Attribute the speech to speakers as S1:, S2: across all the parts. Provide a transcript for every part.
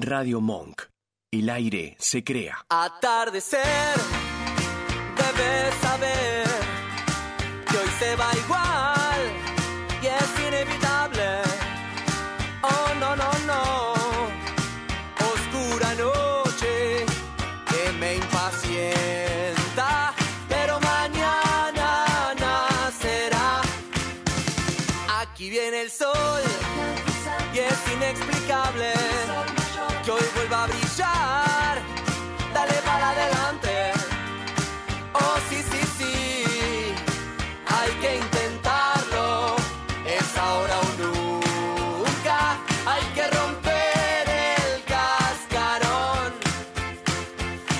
S1: Radio Monk. El aire se crea.
S2: Atardecer, debes saber que hoy se va igual y es inevitable. Oh, no, no, no. Oscura noche que me impacienta, pero mañana nacerá. Aquí viene el sol y es inexplicable que hoy vuelva a brillar. Dale para adelante. Oh, sí, sí, sí. Hay que intentarlo. Es ahora o nunca. Hay que romper el cascarón.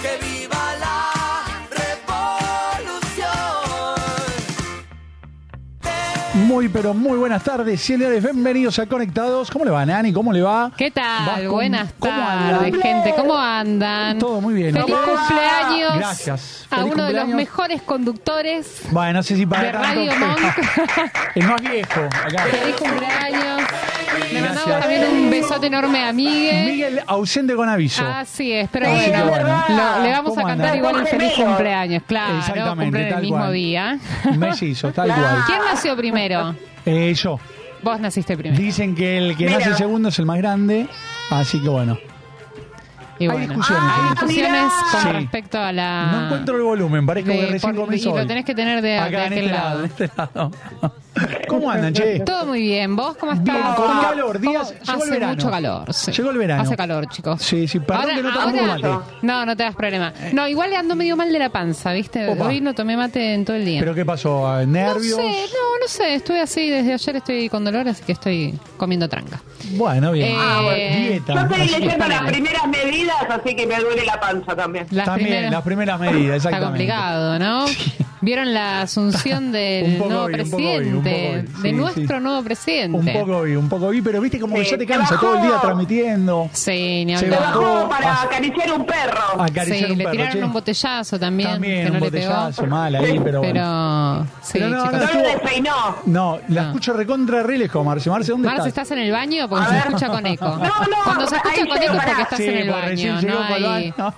S2: Que viva la revolución.
S3: Muy, pero muy buenas tardes, señores. Bienvenidos a Conectados. ¿Cómo le va, Nani? ¿Cómo le va?
S4: ¿Qué
S3: ¿Vas
S4: tal?
S3: con-
S4: Buenas
S3: cómo andan?
S4: tardes, gente. ¿Cómo andan?
S3: Todo muy bien.
S4: Feliz
S3: ¿Cómo va?
S4: cumpleaños
S3: Gracias.
S4: a uno
S3: Feliz
S4: de los
S3: cumpleaños.
S4: mejores conductores
S3: Bueno, no sé si para
S4: de
S3: tanto,
S4: Radio
S3: pero-
S4: Monk.
S3: El más viejo, acá.
S4: Feliz cumpleaños. Le
S3: Gracias.
S4: mandamos también un besote enorme a Miguel.
S3: Miguel ausente con aviso.
S4: Así es, pero
S3: Así
S4: bueno,
S3: que bueno.
S4: lo- le vamos a
S3: ¿Cómo
S4: cantar
S3: andan?
S4: igual un feliz cumpleaños, claro,
S3: Exactamente,
S4: cumplen el
S3: tal
S4: mismo
S3: cual.
S4: día.
S3: Mellizo, tal cual.
S4: ¿Quién nació primero?
S3: Eh, yo.
S4: Vos naciste primero.
S3: Dicen que el que nace segundo es el más grande, así que bueno.
S4: Y bueno, Ah,
S3: discusiones.
S4: hay discusiones con
S3: Sí.
S4: respecto a la...
S3: No encuentro el volumen, parece
S4: de-
S3: que recién
S4: por-
S3: comenzó.
S4: y lo
S3: hoy.
S4: tenés que tener de, de
S3: Acá en
S4: aquel
S3: este lado.
S4: lado.
S3: en este lado. ¿Cómo andan, che?
S4: Todo muy bien. ¿Vos cómo estás?
S3: Bien, con
S4: ¿Cómo-
S3: calor, días-
S4: cómo-
S3: llegó el
S4: Hace
S3: verano.
S4: mucho calor. sí.
S3: Llegó el verano.
S4: Hace calor, chicos.
S3: Sí, sí, perdón
S4: Ahora-
S3: que no te
S4: ahora-
S3: tomo mate.
S4: No, no te das problema. No, igual le ando medio mal de la panza, ¿viste?
S3: Opa.
S4: Hoy no tomé mate en todo el día.
S3: ¿Pero qué pasó? ¿Eh,
S4: no
S3: ¿Nervios?
S4: sé, no, no sé. Estuve así desde ayer, estoy con dolor, así que estoy comiendo tranca.
S3: Bueno, bien.
S4: Eh, Ah, bueno.
S3: Dieta.
S5: Yo estoy
S3: Así-
S5: leyendo las
S4: Espérame.
S5: primeras medidas, así que me duele la panza también.
S4: Las
S3: También,
S4: primeras-
S3: las primeras medidas,
S4: Está
S3: exactamente.
S4: complicado, ¿no? Vieron la asunción
S3: Un
S4: del
S3: poco
S4: nuevo
S3: hoy, un poco hoy, un
S4: presidente,
S3: poco hoy.
S4: de
S3: Sí,
S4: nuestro
S3: sí.
S4: nuevo presidente.
S3: Un poco vi, un poco vi, pero viste como que
S5: Sí,
S3: ya te
S5: se
S3: cansa todo el día
S5: bajó.
S3: transmitiendo.
S4: Sí, ni
S3: Se
S4: hablar.
S3: bajó.
S5: Bajó para
S3: vas-
S5: acariciar un perro.
S3: Acariciar
S4: sí,
S3: un
S4: le
S3: perro,
S4: tiraron
S3: che.
S4: un botellazo también,
S3: También
S4: que no
S3: un
S4: le pegó.
S3: botellazo mal ahí, pero bueno.
S4: Pero, sí,
S3: Pero no,
S4: chicos.
S3: no,
S5: No lo despeinó.
S3: No, la
S4: No.
S3: escucho recontra re lejos, Marce. Marce, ¿dónde
S4: Marce,
S3: estás?
S4: ¿estás en el baño? Porque
S5: A
S4: se
S5: ver.
S4: escucha con eco.
S5: No, no,
S4: Cuando se
S5: ahí
S4: escucha con
S5: llego,
S4: eco es porque
S5: pará.
S4: estás
S3: Sí,
S4: en el
S3: porque recién
S4: baño.
S3: llegó
S4: No
S3: con el
S4: hay,
S3: baño.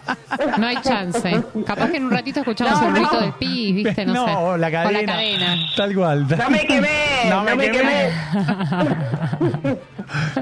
S4: no hay chance. Capaz que en un ratito escuchamos
S5: No,
S4: el
S5: no.
S4: grito del pis, ¿viste? No, sé.
S3: o la cadena.
S4: O la cadena.
S3: Tal cual.
S5: No me quemé, no, me quemé.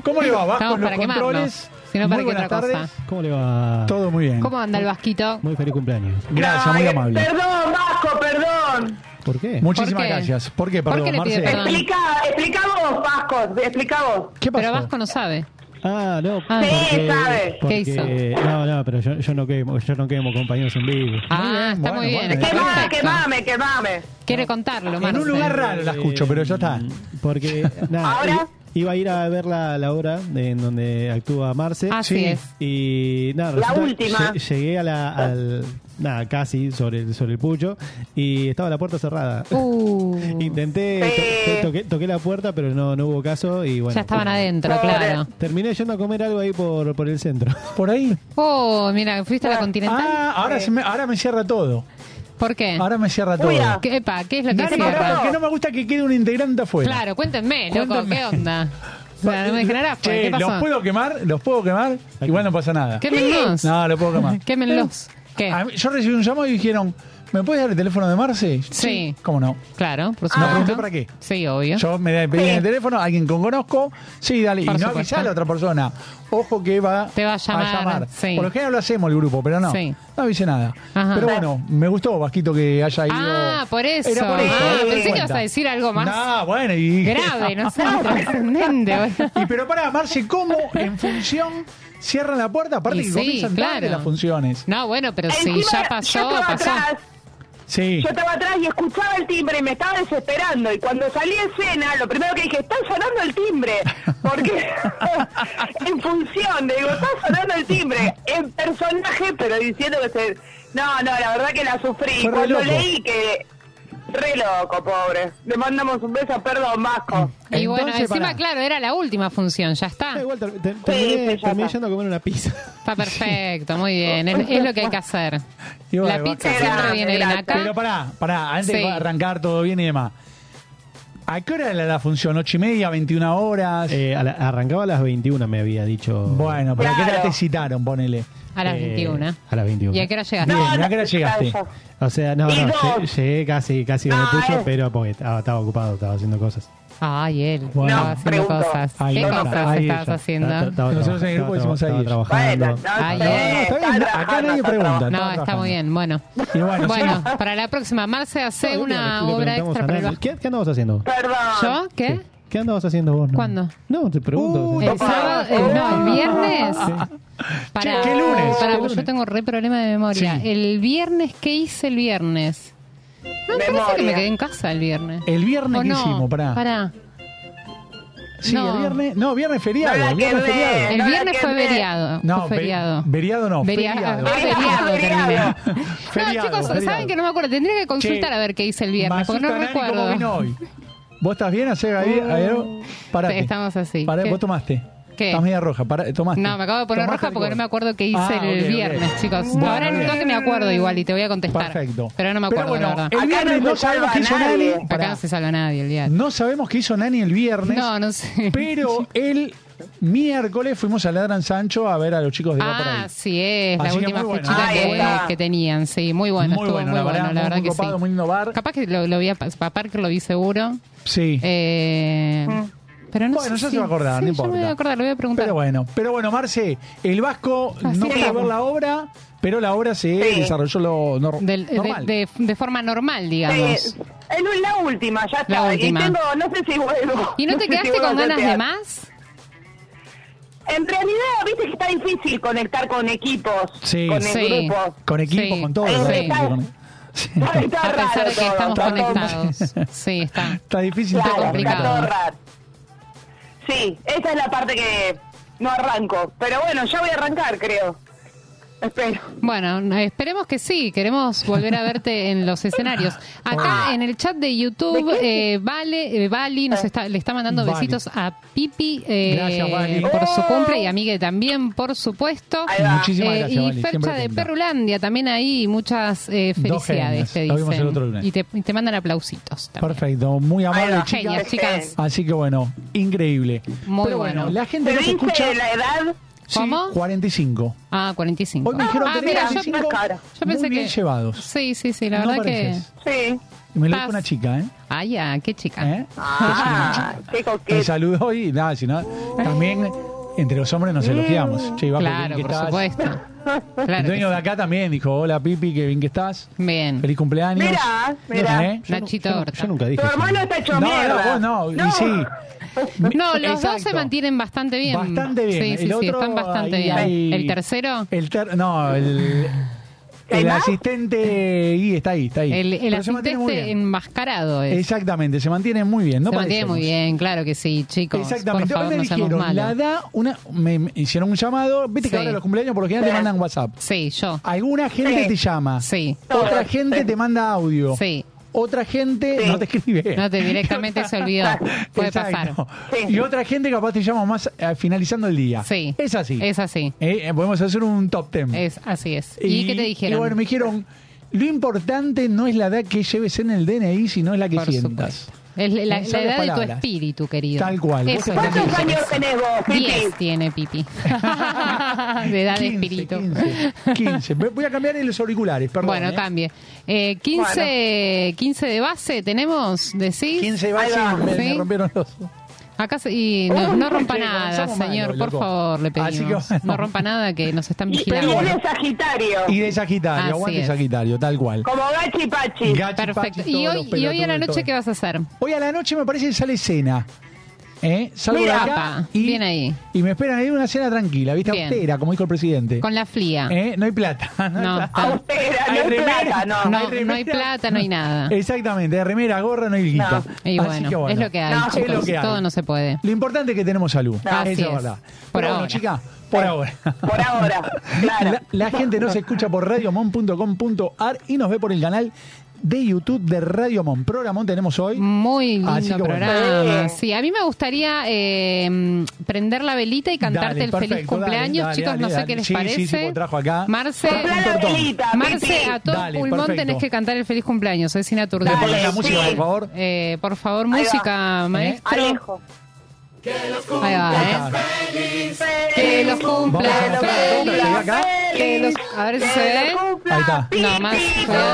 S3: ¿Cómo le va? ¿Vas
S4: Estamos
S3: con los
S4: para quemarnos,
S3: controles?
S4: sino para
S3: Muy
S4: que otra
S3: buenas tardes.
S4: cosa.
S6: ¿Cómo le va?
S3: Todo muy bien.
S4: ¿Cómo anda el vasquito?
S6: Muy feliz cumpleaños.
S3: Gracias, muy
S5: Ay,
S3: amable.
S5: eh, Perdón, Vasco, perdón.
S6: ¿Por qué?
S3: Muchísimas
S4: ¿Por qué?
S3: gracias. ¿Por qué,
S4: ¿Por
S3: perdón,
S4: qué le pide
S3: Marce?
S4: perdón?
S5: Explica, explica vos, Vasco, explica vos.
S3: ¿Qué pasó?
S4: Pero Vasco no sabe.
S6: Ah, no.
S4: Ah. Sí,
S5: sabe.
S4: ¿Qué
S6: porque-
S4: hizo?
S6: No, no, pero yo, yo no quemo, yo no quemo compañeros en vivo.
S4: Ah, está
S3: bueno,
S4: muy bien.
S3: bueno.
S4: está
S5: Quemame,
S4: perfecto.
S5: quemame, quemame.
S4: Quiere contarlo, Marce.
S3: En un lugar raro la escucho, pero ya está.
S6: Mm, Porque, nada,
S5: Ahora.
S6: i- iba a ir a ver la, la obra de- en donde actúa Marce.
S4: Así
S3: Sí.
S4: es.
S6: Y nada,
S5: La
S6: resulta-
S5: última.
S6: lle- Llegué a la, al, nada, casi sobre el, sobre el pucho y estaba la puerta cerrada.
S4: Uh,
S6: Intenté,
S5: Sí.
S6: to- to- toqué, toqué la puerta, pero no, no hubo caso y bueno. Uh.
S4: ya estaban adentro,
S5: Pobre.
S4: claro.
S6: Terminé yendo a comer algo ahí por, por el centro.
S3: ¿Por ahí?
S4: Oh, mira, fuiste a la Continental.
S3: Ah, ahora, se me, ahora me cierra todo.
S4: ¿Por qué?
S3: Ahora me cierra todo.
S5: Uy, ah.
S4: ¿Qué, epa, ¿qué es lo que
S3: Dani,
S4: cierra?
S3: pará, que no me gusta que quede un integrante afuera.
S4: Claro, cuéntenme, loco,
S3: Cuéntenme.
S4: ¿qué onda? O sea, no me generás,
S3: Che,
S4: ¿qué
S3: ¿Los
S4: pasó?
S3: puedo quemar? ¿Los puedo quemar? Igual no pasa nada.
S4: Quémenlos.
S3: No, lo puedo quemar.
S4: Quémenlos. ¿Qué?
S3: A mí- yo recibí un llamado y dijeron, ¿me puedes dar el teléfono de Marce?
S4: Sí.
S3: ¿Cómo no?
S4: Claro, por supuesto.
S3: pregunté Ah, para qué.
S4: Sí, obvio.
S3: Yo me da- pedí
S5: Sí.
S3: el teléfono a alguien que conozco, sí, dale,
S4: Por
S3: y no
S4: supuesto.
S3: avisar a la otra persona. Ojo que va,
S4: Te va a llamar, sí.
S3: Por lo general lo hacemos el grupo, pero no,
S4: Sí.
S3: no avisé nada.
S4: Ajá.
S3: Pero bueno, me gustó, Vasquito, que haya ido.
S4: Ah, por eso.
S3: Era por eso.
S4: Ah,
S3: me di
S4: pensé que
S3: cuenta.
S4: ibas a decir algo más
S3: No, bueno, y...
S4: Grave, no sé, trascendente. boludo.
S3: Y pero para, Marce, ¿cómo en función cierran la puerta? Aparte
S4: Y
S3: que
S4: sí,
S3: comienzan tarde
S4: claro.
S3: las funciones.
S4: No, bueno, pero si
S5: Encima,
S4: ya
S5: yo
S4: pasó,
S5: estaba
S4: pasó.
S5: atrás,
S3: Sí.
S5: yo estaba atrás y escuchaba el timbre y me estaba desesperando. Y cuando salí en escena, lo primero que dije, está sonando el timbre. Porque en función, digo, está sonando el timbre. En personaje, pero diciendo que se... No, no, la verdad que la sufrí.
S3: Fue re
S5: cuando
S3: loco.
S5: leí que... Re loco, pobre. Le mandamos un beso, perdón, Vasco.
S4: Y bueno,
S3: Entonces,
S4: encima,
S3: pará.
S4: claro, era la última función, ya está.
S6: Ah, igual ter- ter-
S5: sí,
S6: terminé,
S5: ya
S6: terminé
S5: está.
S6: yendo a comer una pizza.
S4: Está perfecto, muy bien. Es, es lo que hay que hacer.
S3: Y bueno,
S4: la pizza
S3: bacán.
S4: siempre viene bien acá.
S3: Pero pará, pará, antes
S4: Sí.
S3: de arrancar todo bien y demás. ¿A qué hora era la función? ¿8 y media, 21 horas?
S6: Eh, a la- arrancaba a las 21, me había dicho.
S3: bueno, pero ¿a ¿qué hora
S5: claro.
S3: te citaron? Ponele.
S4: A las
S6: Eh,
S4: 21.
S6: a las 21.
S4: ¿Y a qué hora llegaste?
S3: Bien,
S5: No,
S3: ¿a
S5: no
S3: qué hora
S5: te
S3: llegaste?
S5: callas.
S6: O sea, no, no,
S5: Y
S6: lle-
S5: dos.
S6: llegué casi, casi con el
S5: Ah,
S6: pucho,
S5: eh.
S6: pero porque estaba, estaba ocupado, estaba haciendo cosas.
S4: Ay, él.
S3: Bueno.
S4: estaba
S3: No,
S4: haciendo
S5: pregunto.
S4: cosas.
S3: Ahí
S4: ¿Qué
S3: está,
S4: cosas
S3: ahí
S4: estabas
S3: está.
S6: Estaba-
S4: haciendo?
S6: estaba
S3: Nosotros en el grupo
S6: trabajando,
S3: decimos ahí.
S6: estaba trabajando.
S5: Bueno, no,
S4: Ay,
S5: sé,
S4: eh.
S3: Está bien, acá
S5: trabajando,
S3: nadie
S5: está
S3: pregunta.
S5: trabajando.
S3: estaba
S4: No, está
S3: trabajando.
S4: muy bien. Bueno.
S3: Y bueno,
S4: Bueno,
S3: sí.
S4: para la próxima, Marce, hace
S6: No,
S4: una
S6: le- le
S4: obra
S6: preguntamos
S4: extra
S6: a
S4: para el bajo.
S6: Nando, ¿Qué, qué andabas haciendo?
S5: Perdón.
S4: ¿Yo? ¿Qué?
S6: ¿Qué andabas haciendo vos? Nando?
S4: ¿Cuándo?
S6: No, te pregunto.
S3: Uh,
S6: o sea.
S4: El sábado, el- no, el viernes. Para,
S3: Che, ¿qué lunes?
S4: para,
S3: ¿Qué
S4: porque yo
S3: lunes?
S4: tengo re problema de memoria.
S3: Sí.
S4: El viernes, ¿qué hice el viernes? No, me parece que me
S5: Memoria.
S4: quedé en casa el viernes.
S3: El viernes
S4: ¿O
S3: que
S4: no?
S3: hicimos, pará.
S4: Pará.
S3: Sí,
S4: no.
S3: el viernes. No, viernes feriado.
S5: No la
S3: viernes
S5: quemé.
S3: feriado.
S4: El
S5: No la
S4: viernes fue
S5: quemé.
S4: veriado.
S3: No,
S4: fue
S3: ve-
S4: feriado.
S3: veriado no,
S4: Veria-
S3: feriado.
S4: Ah,
S5: Feriado.
S4: feriado terminé.
S3: Feriado,
S4: no, chicos,
S3: feriado.
S4: saben que no me acuerdo. Tendría que consultar
S3: Che,
S4: a ver qué hice el viernes, porque no
S3: Masuta, Nani, ¿cómo vino
S4: recuerdo.
S3: hoy? ¿Vos estás bien? ¿Hacés ahí?
S4: Uh.
S3: ahí- Parate.
S4: Sí, estamos así.
S3: Pará,
S4: ¿Qué?
S3: ¿Vos tomaste?
S4: ¿Qué?
S3: Estás media roja. pará, tomaste.
S4: No, me acabo de poner
S3: Tomaste
S4: roja porque
S3: alcohol.
S4: no me acuerdo qué hice
S3: Ah,
S4: el
S3: ok, ok.
S4: viernes, chicos.
S3: Bueno,
S4: Ahora
S3: bien.
S4: no que me acuerdo igual y te voy a contestar.
S3: Perfecto.
S4: Pero no me acuerdo,
S3: bueno,
S4: la verdad.
S3: El
S5: Acá
S3: viernes
S5: no
S3: no
S5: se
S3: sabemos
S5: salva
S3: qué hizo
S5: nadie.
S3: Nani.
S4: Acá
S3: Pará.
S4: no se salva nadie, olvidate.
S3: No sabemos qué hizo Nani el viernes.
S4: No, no sé.
S3: Pero el miércoles fuimos a Ladran Sancho a ver a los chicos de Va por
S4: Ah,
S3: ahí.
S4: sí, es
S3: Así
S4: la
S3: que
S4: última
S3: muy bueno.
S4: fichita
S5: Ahí
S4: que,
S5: está.
S4: que tenían, sí, muy bueno,
S3: muy
S4: estuvo
S3: bueno,
S4: muy
S3: la
S4: bueno,
S3: verdad,
S4: la verdad
S3: muy
S4: que sí.
S3: copado, muy innovar.
S4: Capaz que lo, lo vi a, pa- a Parker, lo vi seguro.
S3: Sí.
S4: Eh, pero no
S3: Bueno,
S4: sé
S3: ya
S4: si-
S3: se va a acordar,
S4: sí,
S3: no
S4: Yo me voy
S3: importa.
S4: a acordar, lo voy a preguntar. Ah,
S3: Pero bueno, pero bueno, Marce, el Vasco
S4: Así
S3: no
S4: que
S3: pudo
S4: vamos.
S3: ver la obra, pero la obra se
S5: Sí.
S3: desarrolló lo nor-
S4: Del- de,
S3: normal.
S4: de- de forma normal, digamos.
S5: Sí, es la última, ya está.
S4: última.
S5: Y tengo, no sé si vuelvo.
S4: ¿Y no te
S5: sé si
S4: quedaste
S5: vuelvo
S4: con
S5: a
S4: ganas de
S5: teatro.
S4: más?
S5: En realidad, viste que está difícil conectar con equipos,
S3: Sí.
S5: con
S4: Sí.
S5: el grupo.
S3: Con equipo,
S4: Sí.
S3: con todo.
S4: Sí.
S3: ¿verdad? Con- Sí, no,
S5: Está,
S4: A pesar
S5: raro
S4: de que
S5: todo,
S4: estamos
S5: está todo
S4: conectados. Sí, está.
S3: Está difícil.
S5: Claro,
S3: todo.
S4: complicado.
S5: Está todo raro. Sí, esa es la parte que no arranco. Pero bueno, ya voy a arrancar, creo. Espero.
S4: Bueno, eh, esperemos que sí. Queremos volver a verte en los escenarios.
S5: Ah.
S4: Acá en el chat de YouTube, eh, Vale, eh, Vali nos está, le está mandando
S3: Vali.
S4: besitos a Pipi eh,
S3: Gracias, Vali.
S4: por su
S5: Oh.
S4: cumple y a Miguel también, por supuesto.
S5: Ahí va.
S3: Muchísimas gracias,
S4: eh, y
S3: Vali, siempre
S4: Fercha de
S3: atenta.
S4: Perrulandia también ahí, muchas eh,
S3: Dos
S4: felicidades,
S3: genias.
S4: te
S3: Lo vimos
S4: dicen.
S3: el otro lunes.
S4: Y te, y te mandan aplausitos. También.
S3: Perfecto, muy
S5: Ahí
S3: amable,
S5: va. Este,
S3: chicas.
S4: Genias, chicas.
S3: Así que bueno, increíble.
S4: Muy
S3: Pero bueno,
S4: bueno.
S3: la gente
S5: ¿Te
S3: no se
S5: dice
S3: escucha.
S5: la edad?
S3: Sí,
S4: ¿Cómo?
S3: 45.
S4: Ah, 45.
S3: Hoy me dijeron
S4: ah,
S3: que
S4: mira, yo,
S3: 45.
S5: cara.
S4: yo pensé
S3: muy bien
S4: que...
S3: llevados.
S4: Sí, sí, sí, la
S3: No
S4: verdad
S3: pareces.
S4: que...
S5: Sí.
S3: Me lo
S4: Paz.
S3: dijo una chica, ¿eh?
S4: Ah, ya, qué chica.
S3: ¿Eh?
S5: Ah, qué
S3: Me
S5: coqueta.
S3: saludó y nada, si no, también entre los hombres nos elogiamos. Che, Vasco, qué
S4: Mm, Claro,
S3: bien que
S4: por
S3: estás.
S4: supuesto.
S3: El
S4: Claro que
S3: dueño de
S4: sí.
S3: acá también dijo, hola Pipi, qué bien que estás.
S4: Bien.
S3: Feliz cumpleaños.
S5: Mirá, mirá.
S3: ¿Eh?
S6: Yo nu-
S4: Nachito
S6: yo nu-
S4: Horta.
S6: Yo nunca
S5: Tu
S6: dije. eso.
S5: hermano está hecho
S3: No, no,
S5: mierda.
S3: vos no, y sí.
S4: No, los dos
S3: Exacto.
S4: se mantienen bastante bien.
S3: Bastante bien.
S4: Sí, sí,
S3: El
S4: sí,
S3: otro
S4: están bastante
S3: ahí
S4: bien.
S3: hay-
S4: El tercero,
S3: El ter- no, el,
S5: ¿Hay
S3: el
S5: más?
S3: asistente y está ahí, está ahí.
S4: el, el
S3: Pero se mantiene muy
S4: asistente
S3: bien.
S4: enmascarado es.
S3: Exactamente, se mantiene muy bien. No
S4: se mantiene
S3: parecemos.
S4: muy bien, claro que sí, chicos.
S3: Exactamente.
S4: Por
S3: Hoy
S4: favor,
S3: me
S4: no seamos
S3: dijeron, la
S4: malos.
S3: da una, me, me hicieron un llamado, viste
S4: Sí.
S3: que ahora los cumpleaños por lo general te mandan WhatsApp.
S4: Sí, yo.
S3: Alguna gente
S5: Sí.
S3: te llama.
S4: Sí.
S3: Otra
S5: Sí.
S3: gente te manda audio.
S4: Sí.
S3: Otra gente
S5: Sí.
S3: no te escribe.
S4: No, te directamente se olvidó. Puede
S3: Exacto.
S4: pasar.
S5: Sí.
S3: Y otra gente capaz te llama más eh, finalizando el día.
S4: Sí.
S3: Es así.
S4: Es así.
S3: Eh, eh, podemos hacer un top ten.
S4: Es, así es. ¿Y, qué te dijeron?
S3: y bueno, me dijeron, lo importante no es la edad que lleves en el DNI, sino es la que
S4: Por
S3: sientas.
S4: supuesto. Es la, la
S3: En sabias
S4: edad de tu
S3: palabras.
S4: espíritu, querido.
S3: Tal cual. Vos
S4: Eso es lo
S3: tenés
S4: que
S5: ¿Cuántos
S3: Sí.
S5: años tenés vos, Pipi?
S4: 10 tiene Pipi. de edad de espíritu.
S3: 15, 15. Ve- Voy a cambiar los auriculares, perdón.
S4: bueno,
S3: eh.
S4: cambie. Eh, 15, 15 de base tenemos, decís.
S3: 15 va,
S5: Ahí va.
S3: me, me
S4: Sí.
S3: rompieron los.
S4: Acá se- y
S5: Oh,
S4: no, no rompa
S3: sí,
S4: nada,
S3: somos malos,
S4: señor, por
S3: loco.
S4: favor, le pedimos.
S3: Así que bueno.
S4: No rompa nada que nos están
S5: Y
S4: vigilando.
S5: él es Sagitario.
S3: Y de Sagitario,
S4: Así
S3: aguante
S4: es.
S3: Sagitario, tal cual.
S5: Como Gachi Pachi.
S3: Gachi,
S4: Perfecto.
S3: pachi,
S4: Y
S3: todos
S4: hoy,
S3: los
S4: y hoy a la
S3: pelotudos,
S4: noche, ¿qué
S3: todos.
S4: vas a hacer?
S3: Hoy a la noche me parece que sale cena. ¿Eh? Salgo
S4: Mira,
S3: de acá
S4: pa,
S3: y,
S4: bien ahí.
S3: y me esperan ahí una cena tranquila, ¿viste?
S4: Bien.
S3: Austera, como dijo el presidente.
S4: Con la flia.
S3: ¿Eh? No hay plata.
S4: No.
S5: Austera, no hay
S3: remera,
S5: plata, no.
S4: No,
S3: hay
S4: no hay
S3: remera.
S4: plata, no hay nada.
S3: Exactamente, de remera, gorra, no hay guita.
S5: No.
S4: Y
S3: Así
S4: bueno,
S3: que
S4: es lo que hay,
S5: No, es
S4: chicos.
S3: lo que hay.
S4: Todo no se puede.
S3: Lo importante es que tenemos salud.
S4: Así
S3: Esa
S4: es.
S3: es verdad.
S4: Por
S3: Pero
S4: ahora.
S3: Bueno, chica, por ahora.
S5: Por ahora, claro.
S3: La, la gente nos escucha por radiomon.com.ar y nos ve por el canal de YouTube de Radio Mon. Programón tenemos hoy.
S4: Muy lindo
S3: Así que bueno.
S4: programa.
S5: Bien.
S4: Sí, a mí me gustaría eh, mm, prender la velita y cantarte
S3: Dale,
S4: el feliz
S3: perfecto, dale,
S4: cumpleaños,
S3: dale,
S4: chicos.
S3: dale,
S4: no sé
S3: dale.
S4: qué les
S3: Sí, sí,
S4: parece.
S3: sí, porque trajo acá.
S4: Marce,
S5: Soplá la
S3: Tortón.
S5: velita,
S4: Marce,
S5: Pipi.
S4: a todo
S3: Dale,
S4: pulmón
S3: perfecto.
S4: tenés que cantar el feliz cumpleaños, eh, sin
S3: Le
S4: aturdarte.
S3: pones la
S5: sí.
S3: música, por favor.
S4: Eh, por favor,
S5: va.
S4: música, maestro.
S5: Alejo.
S4: Ahí va, ¿eh? Que los cumpla
S3: Vamos a cantar,
S4: feliz.
S3: ¿llega acá?
S4: Que los, a ver si se ve.
S3: Ahí está.
S4: No, más.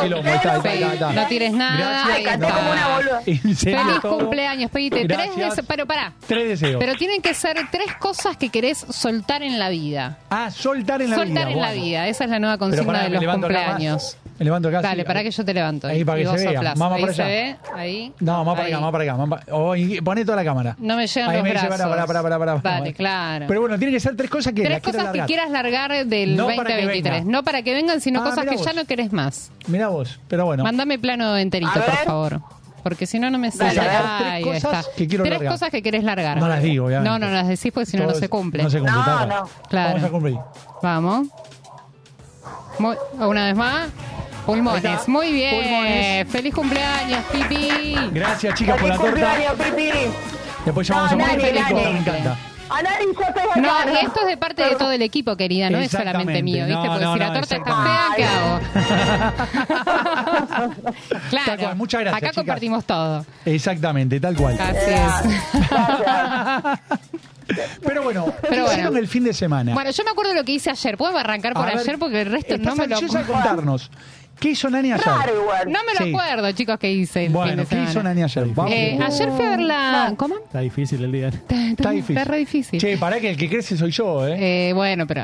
S3: Quilombo, ahí está, ahí está, ahí está.
S4: No tires nada.
S3: Gracias.
S4: ahí
S5: Canté
S4: está.
S5: como una boluda.
S3: En serio,
S4: Feliz
S3: todo.
S4: cumpleaños, pedite tres
S3: Gracias.
S4: deseos. Pero pará.
S3: Tres deseos.
S4: Pero tienen que ser tres cosas que querés soltar en la vida.
S3: ah, soltar en la vida.
S4: soltar en la
S3: bueno.
S4: vida. Esa es la nueva
S3: Pero
S4: consigna
S3: pará,
S4: de
S3: me
S4: los
S3: levanto acá
S4: cumpleaños.
S3: más. Me levanto acá.
S4: Dale,
S3: sí,
S4: para que yo te levanto.
S3: Ahí para
S4: Y
S3: que
S4: vos
S3: se vea.
S4: soplás.
S3: Vamos
S4: ahí
S3: para
S4: se
S3: allá.
S4: ve, ahí.
S3: No, más para
S4: Ahí.
S3: acá, más para acá. Más para... Oh, y- poné toda la cámara.
S4: No me llegan
S3: Ahí
S4: los
S3: me
S4: brazos.
S3: Lleva, para, para, para, para.
S4: Dale, claro.
S3: Pero bueno, tiene que ser tres cosas que
S4: Tres
S3: las quiero
S4: cosas que
S3: largar.
S4: quieras largar del
S3: No para que
S4: 2023.
S3: venga.
S4: No para que vengan, sino
S3: Ah,
S4: cosas
S3: mirá
S4: que ya
S3: vos.
S4: no querés más.
S3: Mirá vos, pero bueno.
S4: Mándame plano enterito,
S5: A
S4: por
S5: ver.
S4: favor. Porque si no, no me
S5: Dale,
S4: sale.
S3: a ver,
S4: Ay,
S3: tres
S4: ahí
S3: cosas
S4: está.
S3: que quiero
S4: Tres
S3: largar.
S4: cosas que querés largar.
S3: No las digo, obviamente.
S4: No, no las decís porque si no, no
S3: Todos-
S4: se cumple.
S3: No se cumple.
S5: No,
S3: está bien.
S5: no.
S4: Claro.
S3: Vamos a cumplir.
S4: Vamos. Muy- una vez más.
S3: Ahí
S4: Pulmones.
S3: está.
S4: Muy bien.
S3: Pulmones.
S4: Feliz cumpleaños, Pipi.
S3: Gracias, chicas, por la
S5: Feliz
S3: torta.
S5: cumpleaños, Pipi.
S3: Después llamamos
S5: No,
S3: a María
S5: dale,
S3: Feliz
S5: dale.
S3: Torta, me encanta.
S5: A nadie se pega
S4: No,
S5: cara.
S4: y esto es de parte de todo el equipo, querida, no es solamente
S3: Exactamente.
S4: mío, ¿viste?
S3: No,
S4: Porque
S3: no,
S4: si la
S3: no,
S4: torta está fea,
S5: exactamente.
S4: ¿qué hago?
S3: Tal
S4: claro.
S3: cual, muchas gracias,
S4: Acá
S3: chicas.
S4: compartimos todo.
S3: Exactamente, tal cual.
S4: Así es.
S3: Pero bueno, ¿qué
S4: Pero bueno.
S3: hicieron el fin de semana?
S4: Bueno, yo me acuerdo lo que hice ayer. ¿Puedo arrancar por
S3: A ver,
S4: ayer? Porque el resto
S3: estás
S4: no me lo
S3: ansiosa de
S4: acuerdo.
S3: contarnos. ¿Qué hizo Nani ayer?
S5: Claro, igual.
S4: No me lo
S3: Sí.
S4: acuerdo, chicos, qué hice el fin de
S3: Bueno, ¿qué
S4: semana.
S3: hizo Nani ayer? Vamos.
S4: Eh, ayer fui a ver la... ¿Cómo?
S6: Está difícil el día.
S3: Está difícil.
S4: re difícil.
S3: Che, pará que el que crece soy yo, ¿eh?
S4: Eh, bueno, pero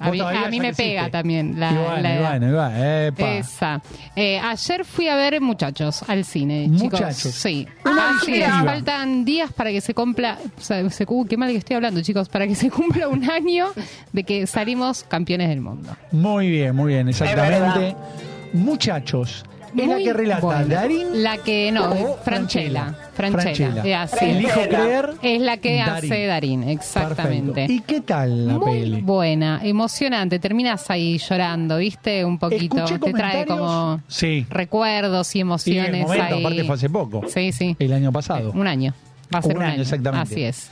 S4: a
S3: Vos
S4: mí,
S3: todavía
S4: a mí
S3: ya
S4: me
S3: creciste.
S4: pega también la,
S3: y bueno,
S4: la
S3: y
S4: edad.
S3: bueno, y bueno, epa.
S4: Esa. Eh, ayer fui a ver Muchachos al cine,
S3: Muchachos. Ah,
S4: chicos. Sí.
S3: Una
S4: Así es,
S3: iniciativa.
S4: faltan días para que se cumpla, o sea, se- uh, qué mal que estoy hablando, chicos, para que se cumpla un año de que salimos campeones del mundo.
S3: Muy bien, muy bien, exactamente.
S5: verdad.
S3: Muchachos, es la
S4: Muy
S3: que relata
S4: buena.
S3: Darín.
S4: La que no,
S3: o
S4: Franchella. Franchella.
S3: Franchella.
S4: eh, así es.
S3: Elijo
S5: Franchella.
S3: creer.
S4: Es la que
S3: Darín.
S4: hace Darín, exactamente.
S3: Perfecto. ¿Y qué tal la
S4: Muy
S3: peli?
S4: buena, emocionante. Terminas ahí llorando, ¿viste? Un poquito.
S3: Escuché
S4: Te trae
S3: comentarios-
S4: como
S3: Sí.
S4: recuerdos y
S3: Sí, en el
S4: emociones.
S3: momento,
S4: ahí.
S3: aparte fue hace poco.
S4: Sí, sí.
S3: El año pasado.
S4: Un año. Va a ser un, año.
S3: Eh, exactamente.
S4: Así es.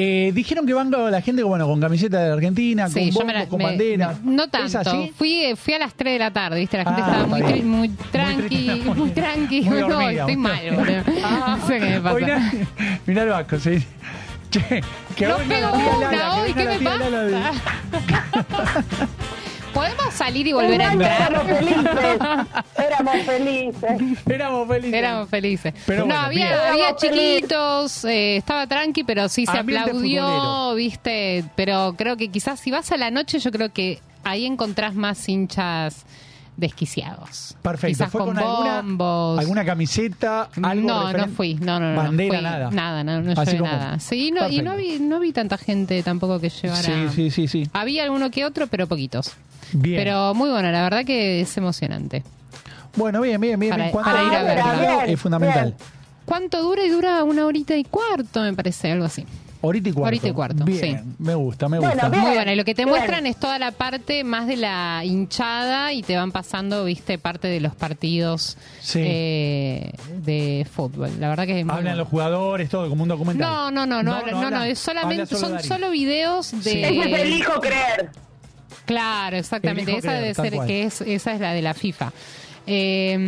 S3: Eh, dijeron que van con la gente bueno, con camiseta de Argentina,
S4: Sí,
S3: Ah, con
S4: yo
S3: bombos,
S4: me la-
S3: con
S4: me-
S3: banderas.
S4: me- no
S3: ¿Es
S4: tanto.
S3: así?
S4: Fui, eh, fui a las 3 de la tarde, ¿viste? La gente
S3: Ah,
S4: estaba muy,
S3: está
S4: tri-
S3: bien.
S4: muy
S3: Muy
S4: tranqui,
S3: tranquila,
S4: muy
S3: muy-
S4: tranqui.
S3: muy
S4: no,
S3: dormida.
S4: estoy mal, boludo. No sé qué me pasa.
S3: Mirá, mirá el vasco, sí. Che, que
S4: No
S3: venga
S4: pego
S3: la tía
S4: una
S3: Lala,
S4: hoy,
S3: que
S4: ¿qué
S3: venga
S4: me
S3: la tía Lala de-
S4: pasa? Podemos salir y
S5: Un
S4: volver a
S5: año
S4: entrar.
S5: éramos felices. Éramos felices.
S3: Éramos felices.
S4: Éramos felices.
S3: Pero
S4: no,
S3: bueno, bien.
S4: había, había
S5: Éramos felices.
S4: chiquitos, eh, estaba tranqui, pero sí se
S3: Ambiente
S4: aplaudió,
S3: futbolero.
S4: viste. Pero creo que quizás si vas a la noche, yo creo que ahí encontrás más hinchas desquiciados.
S3: Perfecto.
S4: Quizás
S3: ¿Fue
S4: con,
S3: con, alguna,
S4: bombos.
S3: alguna camiseta? Algo
S4: no, no
S3: referente?
S4: fui, no, no, no, no
S3: Bandera,
S4: fui.
S3: nada.
S4: Nada, no, no
S3: Así
S4: llevé
S3: como-
S4: nada. Sí, no, y no
S3: Perfecto.
S4: vi, no vi tanta gente tampoco que llevara.
S3: Sí, sí, sí, sí.
S4: Había alguno que otro, pero poquitos.
S3: Bien.
S4: Pero muy bueno, la verdad que es emocionante.
S3: bueno, bien, bien, bien.
S4: Para-
S3: en cuanto
S4: para ir a
S3: al
S4: verla.
S3: regalo,
S5: Bien,
S3: Es fundamental.
S5: bien.
S4: ¿Cuánto dura? Y dura una horita y cuarto, me parece, algo así.
S3: Horita y cuarto.
S4: Horita y cuarto,
S3: Bien,
S4: sí.
S3: me gusta, me
S5: Bueno,
S3: gusta.
S5: bien.
S4: Muy bueno, y lo que te
S5: Bien.
S4: muestran es toda la parte más de la hinchada y te van pasando, viste, parte de los partidos
S3: Sí.
S4: eh, de fútbol. La verdad que es muy
S3: Hablan
S4: bueno.
S3: los jugadores, todo, como un documental.
S4: No, no, no, no, hablan- no, no,
S3: hablan.
S4: es solamente,
S3: Habla solo
S4: son
S3: Darín.
S4: solo videos de...
S3: Sí.
S5: Ese es el hijo creer.
S4: Claro, exactamente.
S3: Elijo
S4: Esa
S3: creer,
S4: debe
S3: tal
S4: ser
S3: cual.
S4: que es, esa es la de la FIFA. Eh,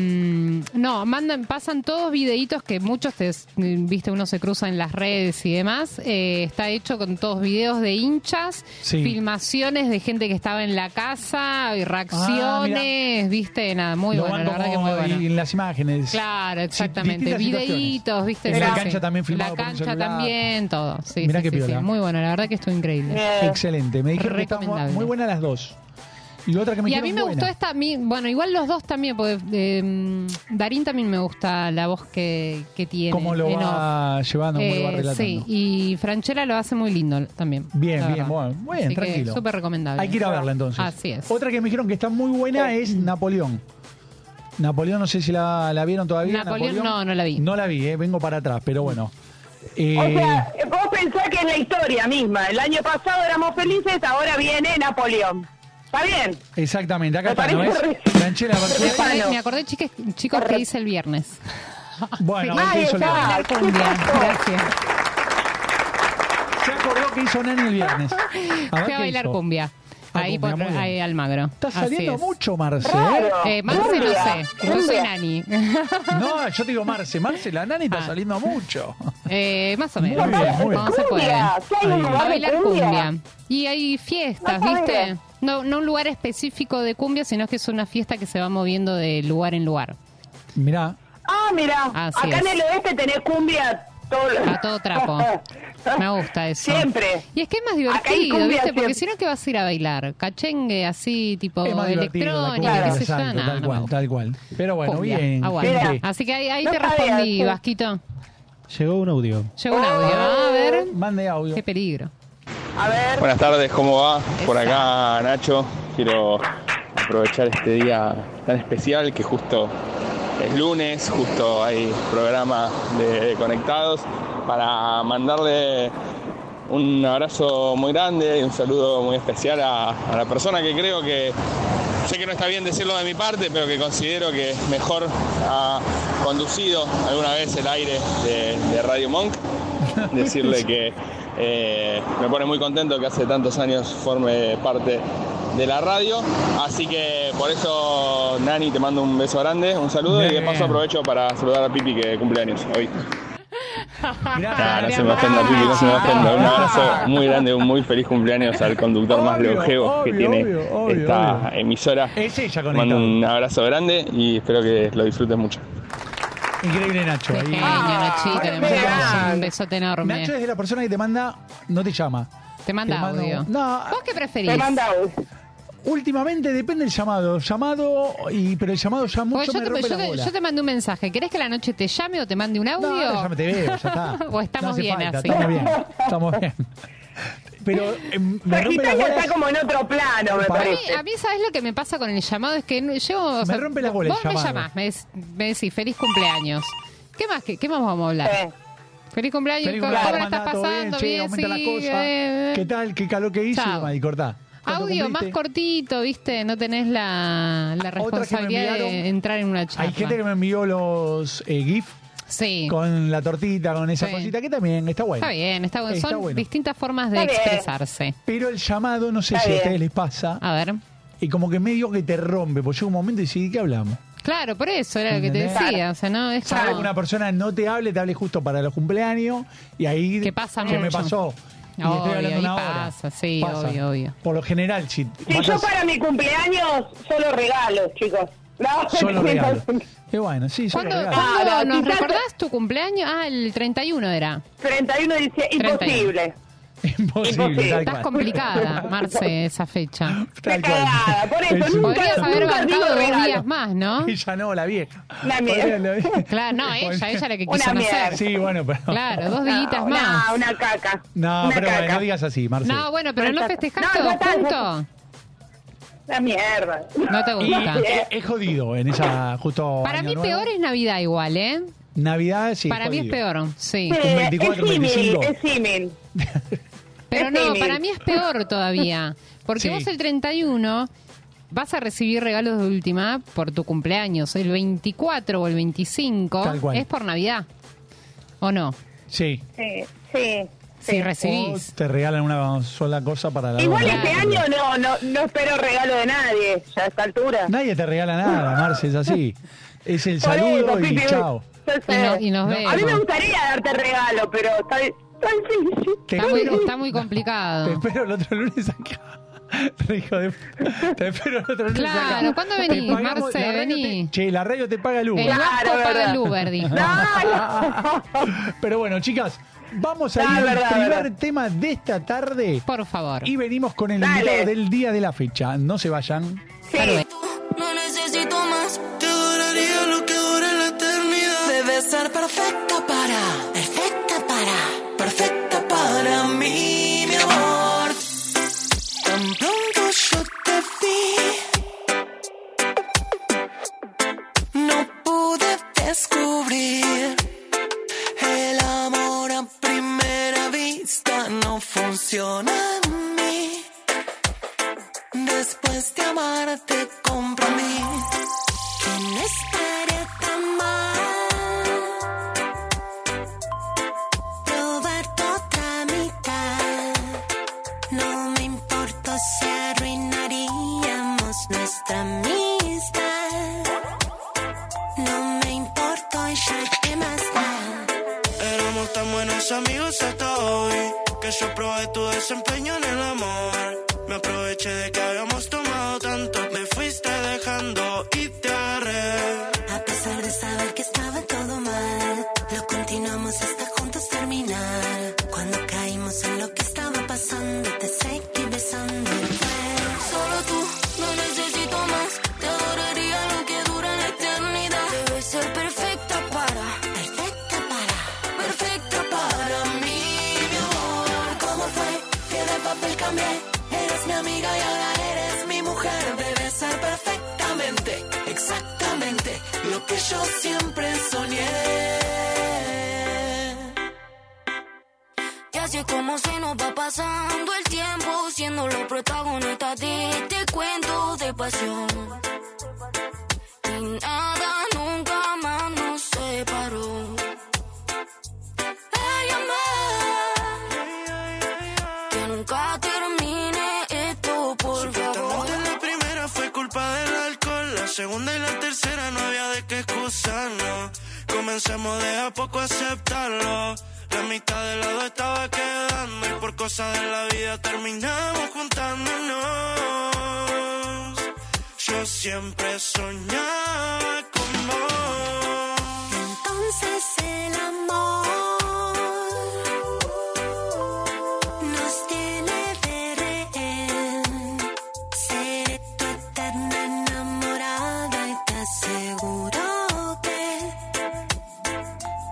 S4: no, mandan, pasan todos videitos que muchos te, viste, uno se cruza en las redes y demás. Eh, está hecho con todos videos de hinchas,
S3: Sí. Ah,
S4: filmaciones de gente que estaba en la casa y reacciones, viste, nada, muy
S3: Lo
S4: bueno,
S3: van
S4: la verdad que
S3: como
S4: muy bueno.
S3: En las imágenes.
S4: Claro,
S3: Sí,
S4: exactamente.
S3: distintas
S4: Videitos,
S3: situaciones.
S4: viste,
S3: En la
S4: sí,
S3: cancha
S4: sí.
S3: también filmado
S4: La
S3: por un
S4: cancha
S3: celular.
S4: también, todo. Sí,
S3: Mirá
S4: sí,
S3: qué
S4: sí, sí.
S3: piola.
S4: Muy bueno, la verdad que estuvo increíble.
S5: Bien.
S3: Excelente. Me dijeron que estaban
S4: Recomendable.
S3: muy buenas las dos. Y otra que me
S4: Y a mí
S3: dijeron
S4: me
S3: buena.
S4: gustó esta, a mí- bueno, igual los dos también, porque eh, Darín también me gusta la voz que, que tiene.
S3: Cómo lo
S4: en off.
S3: va llevando, cómo lo va
S4: Eh,
S3: relatando.
S4: sí, y Franchella lo hace muy lindo también.
S3: Bien,
S4: la
S3: bien,
S4: verdad.
S3: bueno, bueno,
S4: Así que
S3: tranquilo.
S4: Súper recomendable.
S3: Hay que ir a verla entonces.
S4: Así es. Oh.
S3: Otra que me dijeron que está muy buena es Napoleón. Napoleón, no sé si la, la vieron todavía.
S4: Napoleón, no, no la vi.
S3: No la vi, eh, vengo para atrás, pero bueno. Eh,
S5: O sea, vos pensás que es la historia misma. El año pasado éramos felices, ahora viene Napoleón. Está bien.
S3: Exactamente, acá
S5: Me
S3: está, ¿no es?
S5: parece horrible.
S3: Franchella
S4: Me
S5: Qué
S3: Bartolé.
S4: acordé,
S5: bueno.
S4: me acordé, chiques- chicos, que hice el viernes.
S3: Bueno,
S5: Ahí
S3: ¿qué hizo el
S5: está.
S3: viernes?
S5: Ah,
S4: Cumbia,
S5: chicos.
S4: gracias.
S3: Se acordó que hizo Nani el viernes.
S6: A ver
S4: Fui a
S6: qué
S4: bailar
S6: hizo.
S4: cumbia.
S6: Ah,
S4: Ahí,
S6: cumbia,
S4: por,
S6: muy bien.
S4: ahí Almagro.
S3: Está
S4: Así
S3: saliendo
S4: es.
S3: mucho Marce, ¿eh?
S5: Claro.
S4: Eh, Marce no
S5: Cumbia,
S4: sé, yo soy
S5: cumbia.
S4: nani.
S3: No, yo te digo Marce, Marce, la Nani está
S4: Ah.
S3: saliendo mucho.
S4: Eh, más o menos.
S3: Muy bien, muy
S4: Cuando
S3: bien.
S4: se puede.
S5: Cumbia,
S4: A
S5: ¿qué hay en un
S3: Ahí.
S5: lugar de
S4: bailar cumbia. Y hay fiestas,
S5: No sabía.
S4: ¿viste? No, no un lugar específico de cumbia, sino que es una fiesta que se va moviendo de lugar en lugar.
S3: Mirá,
S5: Ah, mira,
S4: Así
S5: acá en
S4: es.
S5: el oeste tenés cumbia todo lo-
S4: A todo trapo. Me gusta eso.
S5: Siempre.
S4: Y es que es más
S5: Acá hay
S4: divertido,
S5: cumbia
S4: ¿viste? Porque
S5: siempre.
S4: si no, que vas a ir a bailar? Cachengue, así, tipo
S3: es más divertido. la
S4: Oh, electrónica,
S3: cumbia,
S4: qué sé yo.
S3: exacto,
S4: No,
S3: tal
S4: no me
S3: cual,
S4: gusta.
S3: tal cual. Pero bueno,
S4: Cumbia,
S3: bien.
S4: aguante.
S3: gente.
S4: Así que ahí, ahí
S5: No
S4: te
S5: sabía
S4: respondí,
S5: eso.
S4: Vasquito.
S6: Llegó un audio.
S4: Llegó un audio.
S5: Oh.
S4: A ver,
S3: Mande audio.
S4: qué peligro.
S5: A ver,
S7: Buenas tardes, ¿cómo va? Por acá Nacho, quiero aprovechar este día tan especial que justo es lunes, justo hay programa de Conectados, para mandarle un abrazo muy grande y un saludo muy especial a, a la persona que creo que, sé que no está bien decirlo de mi parte, pero que considero que mejor ha conducido alguna vez el aire de- de Radio Monk decirle que eh, me pone muy contento que hace tantos años forme parte de la radio. Así que por eso, Nani, te mando un beso grande, un saludo y de
S3: Bien.
S7: paso aprovecho para saludar a Pipi que cumple años hoy.
S3: Mirá,
S7: Nah, no
S3: mirá,
S7: se me ofenda, Pipi, no se me ofenda. Un abrazo muy grande, un muy feliz cumpleaños al conductor más
S3: Obvio,
S7: longeo que
S3: obvio,
S7: tiene
S3: obvio, obvio,
S7: esta
S3: obvio.
S7: emisora.
S3: Es ella
S7: Te
S3: con
S7: Mando un abrazo grande y espero que lo disfrutes mucho.
S3: Increíble Nacho. ahí.
S4: Pequeño,
S5: Ah,
S4: Nachito,
S5: qué
S4: le mandamos un
S5: grande.
S4: besote enorme.
S3: Nacho es de la persona que te manda, no te llama.
S4: te manda
S3: te mando-
S4: audio.
S3: No.
S4: ¿Vos qué preferís?
S5: te manda un-
S3: Últimamente depende del llamado. Llamado, y, pero el llamado ya
S4: Porque
S3: mucho
S4: Pues yo
S3: me
S4: te,
S3: rompe
S4: yo
S3: la
S4: te-
S3: bola.
S4: yo te mandé un mensaje. ¿Querés que la noche te llame o te mande un
S3: No,
S4: audio?
S3: ahora ya me te veo, ya está.
S4: O estamos
S3: No hace
S4: bien
S3: falta,
S4: así.
S3: Estamos bien, estamos bien. Pero eh, me rompe la
S5: Sagitario
S3: bola.
S5: está como en otro plano, me
S3: Para
S4: A mí,
S5: parece.
S4: a mí, ¿sabes lo que me pasa con el llamado? Es que no- yo. o
S3: Me rompe la bola el
S4: Vos me
S3: llamado.
S4: llamás, me, dec- me decís feliz cumpleaños. ¿Qué más, qué, qué más vamos a hablar?
S5: Eh,
S4: Feliz cumpleaños,
S3: Feliz
S4: ¿cómo
S3: cumpleaños,
S4: la estás
S3: mandá, todo
S4: pasando?
S3: che,
S4: Bien,
S3: aumenta
S4: sí,
S3: la cosa.
S4: eh, eh.
S3: ¿Qué tal? ¿Qué calor que hizo?
S4: Chao.
S3: Y cortá. ¿Cuánto
S4: Audio más
S3: cumpliste?
S4: cortito, ¿viste? No tenés la, la
S3: que me
S4: responsabilidad
S3: enviaron.
S4: de entrar en una charla.
S3: Hay gente que me envió los eh, GIF
S4: Sí.
S3: con la tortita, con esa
S4: Sí.
S3: cosita, que también está bueno.
S4: Está bien, está bueno.
S3: Está
S4: Son
S3: bueno.
S4: distintas formas de
S5: Está bien.
S4: expresarse.
S3: Pero el llamado, no sé
S5: Está
S3: si a
S5: bien.
S3: ustedes les pasa,
S4: A ver.
S3: y como que medio que te rompe, porque llega un momento y decís, ¿de qué hablamos?
S4: Claro, por eso era lo que te
S3: ¿Entendés?
S4: decía. O sea, no es
S5: Ah.
S3: Salvo que
S4: como...
S3: una persona no te hable, te hable justo para los cumpleaños, y ahí...
S4: Que pasa
S3: ¿Qué me
S4: mucho.
S3: pasó? Y
S4: Obvio,
S3: estoy hablando
S4: ahí
S3: una hora.
S4: pasa, sí, obvio, obvio.
S3: Por lo general, si...
S5: Si
S3: vas
S5: yo
S3: a-
S5: para mi cumpleaños, solo regalos, chicos. No,
S3: Solo regalo. Qué bueno, sí, solo
S4: ¿Cuándo,
S3: regalo.
S4: cuándo
S5: Claro,
S4: nos
S5: quizás-
S4: recordás tu cumpleaños? Ah, el 31 era.
S5: 31 dice, imposible.
S3: Imposible,
S5: Imposible.
S3: tal
S4: Estás
S3: cual.
S4: complicada, Marce, esa fecha.
S5: Qué
S3: Tal cual.
S5: cagada, por eso,
S3: Es un-
S5: nunca-
S4: Podrías
S5: nunca
S4: haber
S5: digo
S4: bancado dos
S5: regalo.
S4: días más, ¿no?
S3: Ella no, la vieja.
S5: La mía.
S3: Podría- la vieja.
S4: Claro, no, ella, ella la que quiso
S5: Una
S4: no
S5: mierda.
S4: ser.
S3: Sí, bueno, pero...
S4: Claro, dos
S5: No,
S4: días más.
S5: No, una caca.
S3: No,
S5: una
S3: pero
S5: caca.
S3: bueno, no digas así, Marcelo.
S4: No, bueno, pero no festejás
S5: No,
S4: todos
S5: ya está, ya está.
S4: juntos.
S5: La mierda.
S4: No te
S3: Y
S4: gusta.
S3: es, es jodido en esa justo.
S4: Para
S3: Año
S4: mí
S3: Nuevo.
S4: peor es Navidad igual, ¿eh?
S3: Navidad, sí.
S4: Para mí es
S3: jodido.
S4: peor, sí.
S5: Eh,
S3: 24,
S5: es
S3: 25.
S5: símil, es símil.
S4: Pero no,
S5: Steaming.
S4: para mí es peor todavía. Porque
S3: Sí.
S4: vos el 31 vas a recibir regalos de última por tu cumpleaños. El 24 o el 25
S3: Tal cual.
S4: es por Navidad. ¿O no?
S3: Sí.
S5: Sí, sí.
S4: Si recibís.
S3: O te regalan una sola cosa para la
S5: Igual
S3: boda.
S5: este año no, no, no espero regalo de nadie, ya a esta altura.
S3: Nadie te regala nada, Marce, es así. Es el
S5: Por
S3: saludo
S5: eso, sí,
S3: y
S5: sí,
S3: chao.
S5: yo sé.
S4: Y, no- y nos
S5: A mí me
S4: vemos.
S5: gustaría darte regalo, pero está está difícil.
S3: Te
S4: Está muy,
S3: espero,
S4: está muy
S3: te
S4: complicado.
S3: espero el otro lunes acá. Re hijo de puta. Te espero el otro lunes
S4: Claro,
S3: acá.
S4: ¿cuándo
S3: Te
S4: venís,
S3: pagamos-
S4: Marce?
S3: la radio
S4: Vení.
S3: te- che, la radio te paga el
S4: El
S3: Uber.
S4: Vasco
S5: Claro,
S4: paga
S5: verdad.
S4: el Uber, dijo.
S5: No, no.
S3: Pero bueno, chicas, vamos a
S5: Ah,
S3: ir al
S5: verdad,
S3: primer
S5: verdad.
S3: tema de esta tarde.
S4: Por favor.
S3: Y venimos con el
S5: Dale.
S3: invitado del día de la fecha. No se vayan.
S5: Sí.
S8: No necesito más.
S2: Te adoraría lo que dure la eternidad.
S8: Debe ser perfecta para, perfecta para, perfecta para mí, mi amor.
S2: Tan pronto yo te vi.
S8: No pude descubrir el amor a primera vista. No funciona en mí. Desde después de amarte comprendí que no estaría tan mal probar tu otra mitad. No me importa si arruinaríamos nuestra amistad. No me importa ya que más da.
S9: Éramos tan buenos amigos hasta hoy que yo probé tu desempeño en el amor. Me aproveché de que habíamos tomado tanto, me fuiste dejando y te arre.
S8: A pesar de saber que estaba todo mal, lo continuamos hasta juntos terminar. Cuando caímos en lo que estaba pasando, te seguí besando. y fue
S9: Solo tú, no necesito más. Te adoraría lo que dura la eternidad. Debe ser perfecta para,
S8: Perfecta para
S9: perfecta para mí, mi amor.
S8: ¿Cómo fue que de papel cambié? Eres mi amiga y ahora eres mi mujer. Debe ser perfectamente, exactamente lo que yo siempre soñé.
S9: Y así es como se nos va pasando el tiempo, siendo los protagonistas de este cuento de pasión. Y nada nunca más nos separó. Ella más, que nunca termine esto, por favor.
S10: La primera fue culpa del alcohol, la segunda y la tercera no había de qué excusarnos. Comenzamos de a poco a aceptarlo. La mitad del lado estaba quedando y por cosas de la vida terminamos juntándonos. Yo siempre soñaba con vos.
S8: Entonces el amor nos tiene de rehén. Seré tu eterna enamorada y te aseguro que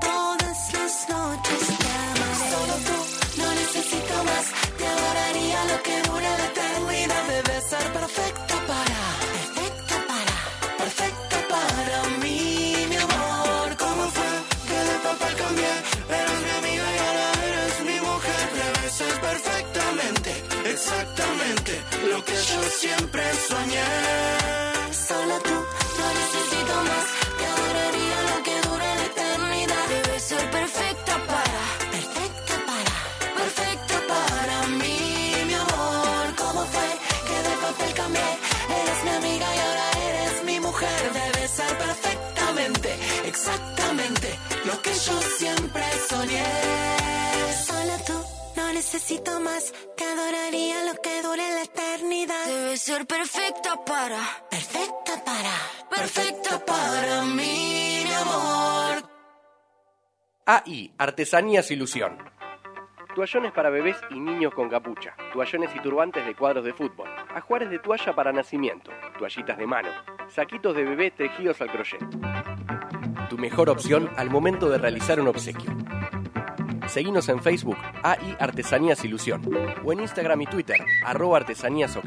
S8: todas las noches te amaré. Solo tú, no necesito más. Te adoraría lo que dura la eternidad. Debe ser perfecta para, perfecta para, perfecta para mí, mi amor.
S10: ¿Cómo fue que de papel cambié? Eras mi amiga y ahora eres mi mujer. Debes ser perfectamente, exactamente lo que yo siempre soñé.
S8: Solo tú, no necesito más. Te adoraría lo que dure la eternidad.
S9: Debe ser perfecta para,
S8: Perfecta para,
S9: perfecta para mí, mi amor.
S8: amor. ¿Cómo fue que de papel cambié? Eres mi amiga y ahora eres mi mujer. Debe ser perfectamente, exactamente lo que yo siempre soñé. Solo tú, no necesito más. Te adoraría lo que dure la eternidad.
S9: Debe ser perfecta para,
S8: Perfecta para,
S9: perfecta para mí, mi amor.
S11: AI, Artesanías Ilusión. Toallones para bebés y niños con capucha. Toallones y turbantes de cuadros de fútbol. Ajuares de toalla para nacimiento. Toallitas de mano. Saquitos de bebé tejidos al crochet. Tu mejor opción al momento de realizar un obsequio. Seguinos en Facebook, AI Artesanías Ilusión. O en Instagram y Twitter, arroba artesanías ok.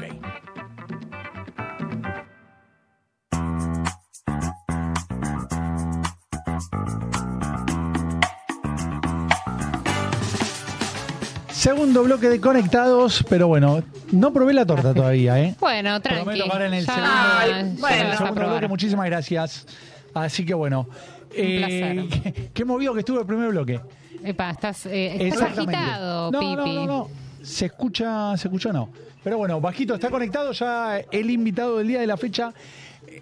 S3: Segundo bloque de conectados, pero bueno, no probé la torta todavía, ¿eh?
S4: Bueno, tranqui.
S3: Prometo para en el
S4: Ya-
S3: segundo-
S4: ya
S12: Ay,
S4: la vas
S12: bueno.
S4: a
S3: Segundo
S4: probar.
S3: bloque, muchísimas gracias. Así que bueno. eh,
S4: placer.
S3: qué, qué movido que estuvo el primer bloque.
S4: Epa, estás, eh, estás
S3: Exactamente.
S4: agitado,
S3: no,
S4: Pipi.
S3: No, no, no. Se escucha, se escuchó no. Pero bueno, Vasquito está conectado ya el invitado del día de la fecha.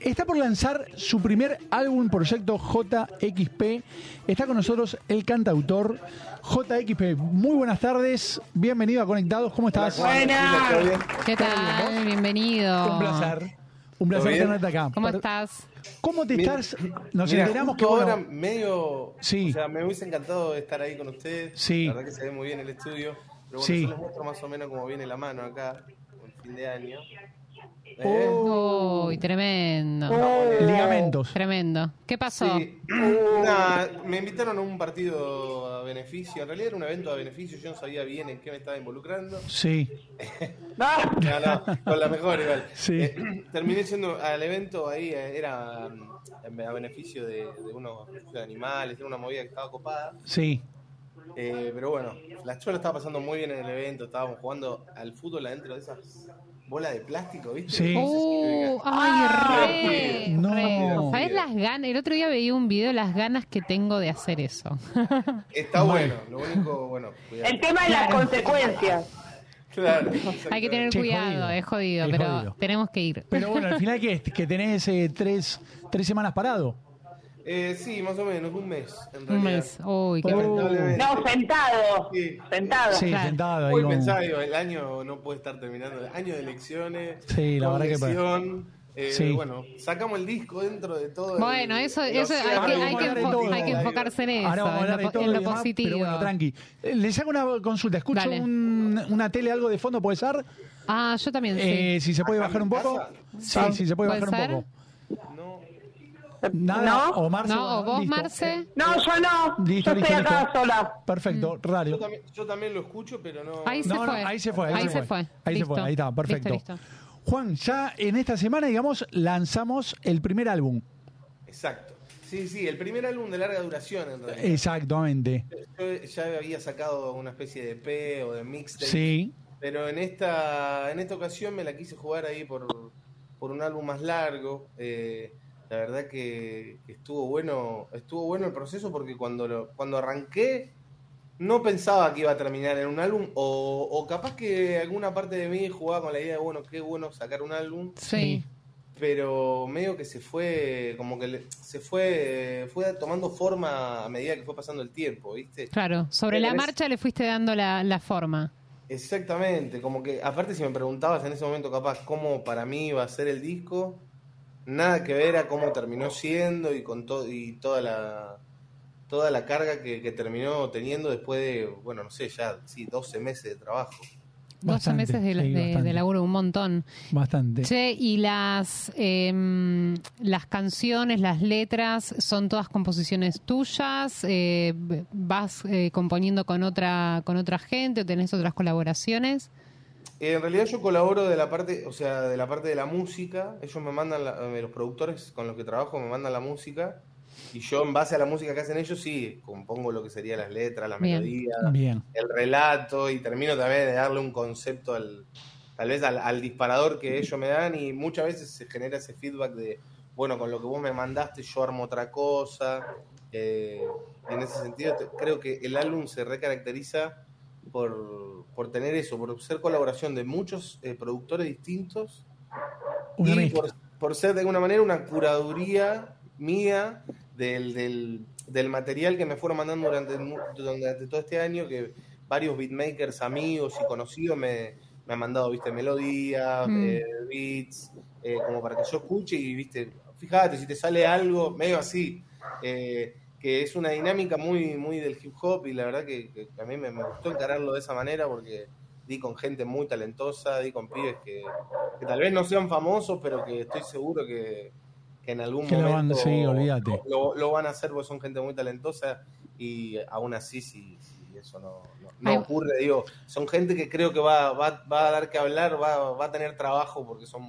S3: Está por lanzar su primer álbum proyecto JXP. Está con nosotros el cantautor JXP. Muy buenas tardes, bienvenido a Conectados. ¿Cómo estás?
S12: Buena.
S4: ¿Qué tal? Bienvenido.
S3: Un placer. Un placer
S13: Ah. bien?
S3: tenerte acá.
S4: ¿Cómo
S3: Per-
S4: estás?
S3: ¿Cómo te
S13: Mira,
S3: estás? Nos
S13: Mira,
S3: enteramos que
S13: justo
S3: bueno,
S13: ahora medio.
S3: Sí.
S13: O sea, me hubiese encantado estar ahí con ustedes.
S3: Sí.
S13: La verdad que se ve muy bien el estudio. Pero bueno,
S3: Sí.
S13: yo les muestro más o menos cómo viene la mano acá. Un fin de año. Eh,
S4: Uy, tremendo.
S3: Oh, ligamentos.
S4: Tremendo. ¿Qué pasó?
S13: sí. Nada, me invitaron a un partido a beneficio. En realidad era un evento a beneficio. Yo no sabía bien en qué me estaba involucrando.
S3: Sí.
S13: No, no, con la mejor igual.
S3: Sí.
S13: Eh, terminé yendo al evento ahí, eh, era mm, a beneficio de, de unos de animales, era una movida que estaba copada.
S3: Sí.
S13: Eh, pero bueno, la Chola estaba pasando muy bien en el evento, estábamos jugando al fútbol adentro de esas bola de plástico, ¿viste?
S3: Sí.
S4: Uh, ay,
S13: Ah,
S4: re,
S3: No.
S4: re. ¿Sabés las ganas? El otro día veía un video las ganas que tengo de hacer eso.
S13: Está bueno, lo único, bueno, cuidado.
S5: El tema de las consecuencias.
S13: Claro.
S4: Hay que tener
S3: Che,
S4: cuidado,
S3: jodido.
S4: es jodido,
S3: Es
S4: pero
S3: jodido.
S4: tenemos que ir.
S3: Pero bueno, al final, ¿qué es? ¿Que tenés eh, tres, tres semanas parado?
S13: Eh, sí, más o menos, un mes, en
S4: Un
S13: realidad. Oh.
S4: mes. Uy, qué
S13: Lamentablemente.
S5: No, sentado.
S13: Sí.
S5: Sentado.
S3: Sí,
S4: Claro.
S3: sentado ahí.
S13: Hoy
S3: con-
S13: pensaba, digo, el año no puede estar terminando, el año de elecciones.
S3: Sí, la
S13: con
S3: verdad que pa-
S13: lesión, eh,
S3: Sí.
S13: Bueno, sacamos el disco dentro de todo. el-
S4: Bueno, eso,
S13: el
S4: eso hay,
S13: océano
S4: que,
S3: vamos
S4: hay,
S3: a
S4: que
S3: Ah, hablar de
S4: enfo-
S3: todo.
S4: hay que enfocarse en eso,
S3: Ahora vamos a
S4: en
S3: hablar
S4: lo,
S3: de
S4: po-
S3: todo
S4: en
S3: y
S4: lo
S3: demás,
S4: positivo.
S3: Pero bueno, tranqui. Eh, Les hago una consulta. Escucho
S4: Dale.
S3: un- una tele, algo de fondo, ¿puede ser?
S4: ah, yo también sí.
S3: Eh, si se puede bajar un poco. Sí,
S4: Ah,
S3: si se puede
S4: ¿puede
S3: bajar
S4: ser?
S3: un poco. Nada, o Marce.
S4: no, o
S3: bueno,
S4: vos,
S3: listo. Eh,
S4: Marce.
S5: No, yo no. yo
S3: Listo, listo,
S5: estoy acá
S3: listo.
S5: sola.
S3: Perfecto,
S4: Mm.
S13: Yo
S3: radio.
S13: también, yo también lo escucho, pero no.
S4: Ahí se
S3: No, no,
S4: fue.
S3: ahí se fue. Ahí,
S4: se fue.
S3: Ahí se
S4: Listo.
S3: fue, ahí está, perfecto.
S4: Listo, listo.
S3: Juan, ya en esta semana, digamos, lanzamos el primer álbum.
S13: Exacto. Sí, sí, el primer álbum de larga duración, en realidad.
S3: Exactamente.
S13: Yo ya había sacado una especie de EP o de mixtape.
S3: Sí,
S13: Pero en esta, en esta ocasión me la quise jugar ahí por, por un álbum más largo. Eh, la verdad que estuvo bueno, estuvo bueno el proceso porque cuando lo, cuando arranqué no pensaba que iba a terminar en un álbum. O, o capaz que alguna parte de mí jugaba con la idea de bueno, qué bueno sacar un álbum.
S4: Sí.
S13: Pero medio que se fue, como que le- se fue, fue tomando forma a medida que fue pasando el tiempo, ¿viste?
S4: Claro, sobre la
S13: Pero es-
S4: marcha le fuiste dando la, la forma.
S13: Exactamente, como que aparte si me preguntabas en ese momento capaz cómo para mí iba a ser el disco, nada que ver a cómo terminó siendo y con todo y toda la toda la carga que, que terminó teniendo después de, bueno, no sé, ya sí, 12 meses de trabajo.
S4: 12
S3: Bastante,
S4: meses de, la-
S3: sí,
S4: de-
S3: bastante.
S4: de laburo, un montón.
S3: bastante.
S4: Che, y las, em, las canciones, las letras, ¿son todas composiciones tuyas? Eh, ¿Vas eh, componiendo con otra, con otra gente o tenés otras colaboraciones?
S13: Eh, En realidad yo colaboro de la parte, o sea, de la parte de la música. Ellos me mandan, la- eh, los productores con los que trabajo me mandan la música y yo en base a la música que hacen ellos sí compongo lo que serían las letras, las
S4: Bien.
S13: melodías,
S3: Bien.
S13: el relato y termino también de darle un concepto al tal vez al, al disparador que ellos me dan y muchas veces se genera ese feedback de bueno con lo que vos me mandaste yo armo otra cosa Eh, en ese sentido te- creo que el álbum se recaracteriza por, por tener eso por ser colaboración de muchos eh, productores distintos
S3: Una
S13: y
S3: mezcla.
S13: por, por ser de alguna manera una curaduría mía del, del, del material que me fueron mandando durante, mu- durante todo este año, que varios beatmakers amigos y conocidos me, me han mandado, viste, melodías,
S4: Mm.
S13: eh, beats, eh, como para que yo escuche y, viste, fíjate, si te sale algo, medio así, eh, que es una dinámica muy, muy del hip hop y la verdad que, que a mí me, me gustó encararlo de esa manera porque di con gente muy talentosa, di con pibes que, que tal vez no sean famosos, pero que estoy seguro que, que en algún
S3: Que la
S13: momento
S3: van- sí, olvídate.
S13: Lo, lo van a hacer porque son gente muy talentosa y aún así si, si eso no, no- no
S4: Ay.
S13: ocurre, digo, son gente que creo que va, va, va a dar que hablar, va, va a tener trabajo porque son,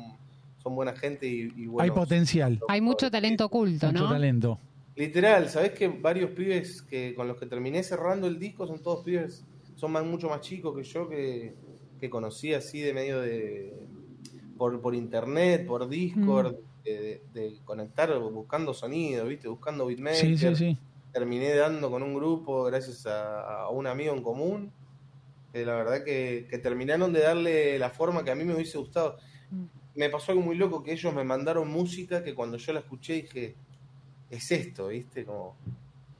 S13: son buena gente y, y
S3: Hay
S13: buenos-
S3: potencial.
S4: Hay mucho
S13: eh,
S4: talento oculto,
S3: Mucho
S4: ¿no?
S3: talento.
S13: Literal, ¿sabés que varios pibes que con los que terminé cerrando el disco son todos pibes, son más, mucho más chicos que yo, que, que conocí así de medio de... por, por internet, por Discord, de, de- de conectar buscando sonido, ¿viste? Buscando beatmaker.
S3: Sí, sí, sí.
S13: Terminé dando con un grupo gracias a, a un amigo en común. que la verdad que, que terminaron de darle la forma que a mí me hubiese gustado. Me pasó algo muy loco que ellos me mandaron música que cuando yo la escuché dije, es esto, ¿viste? Como,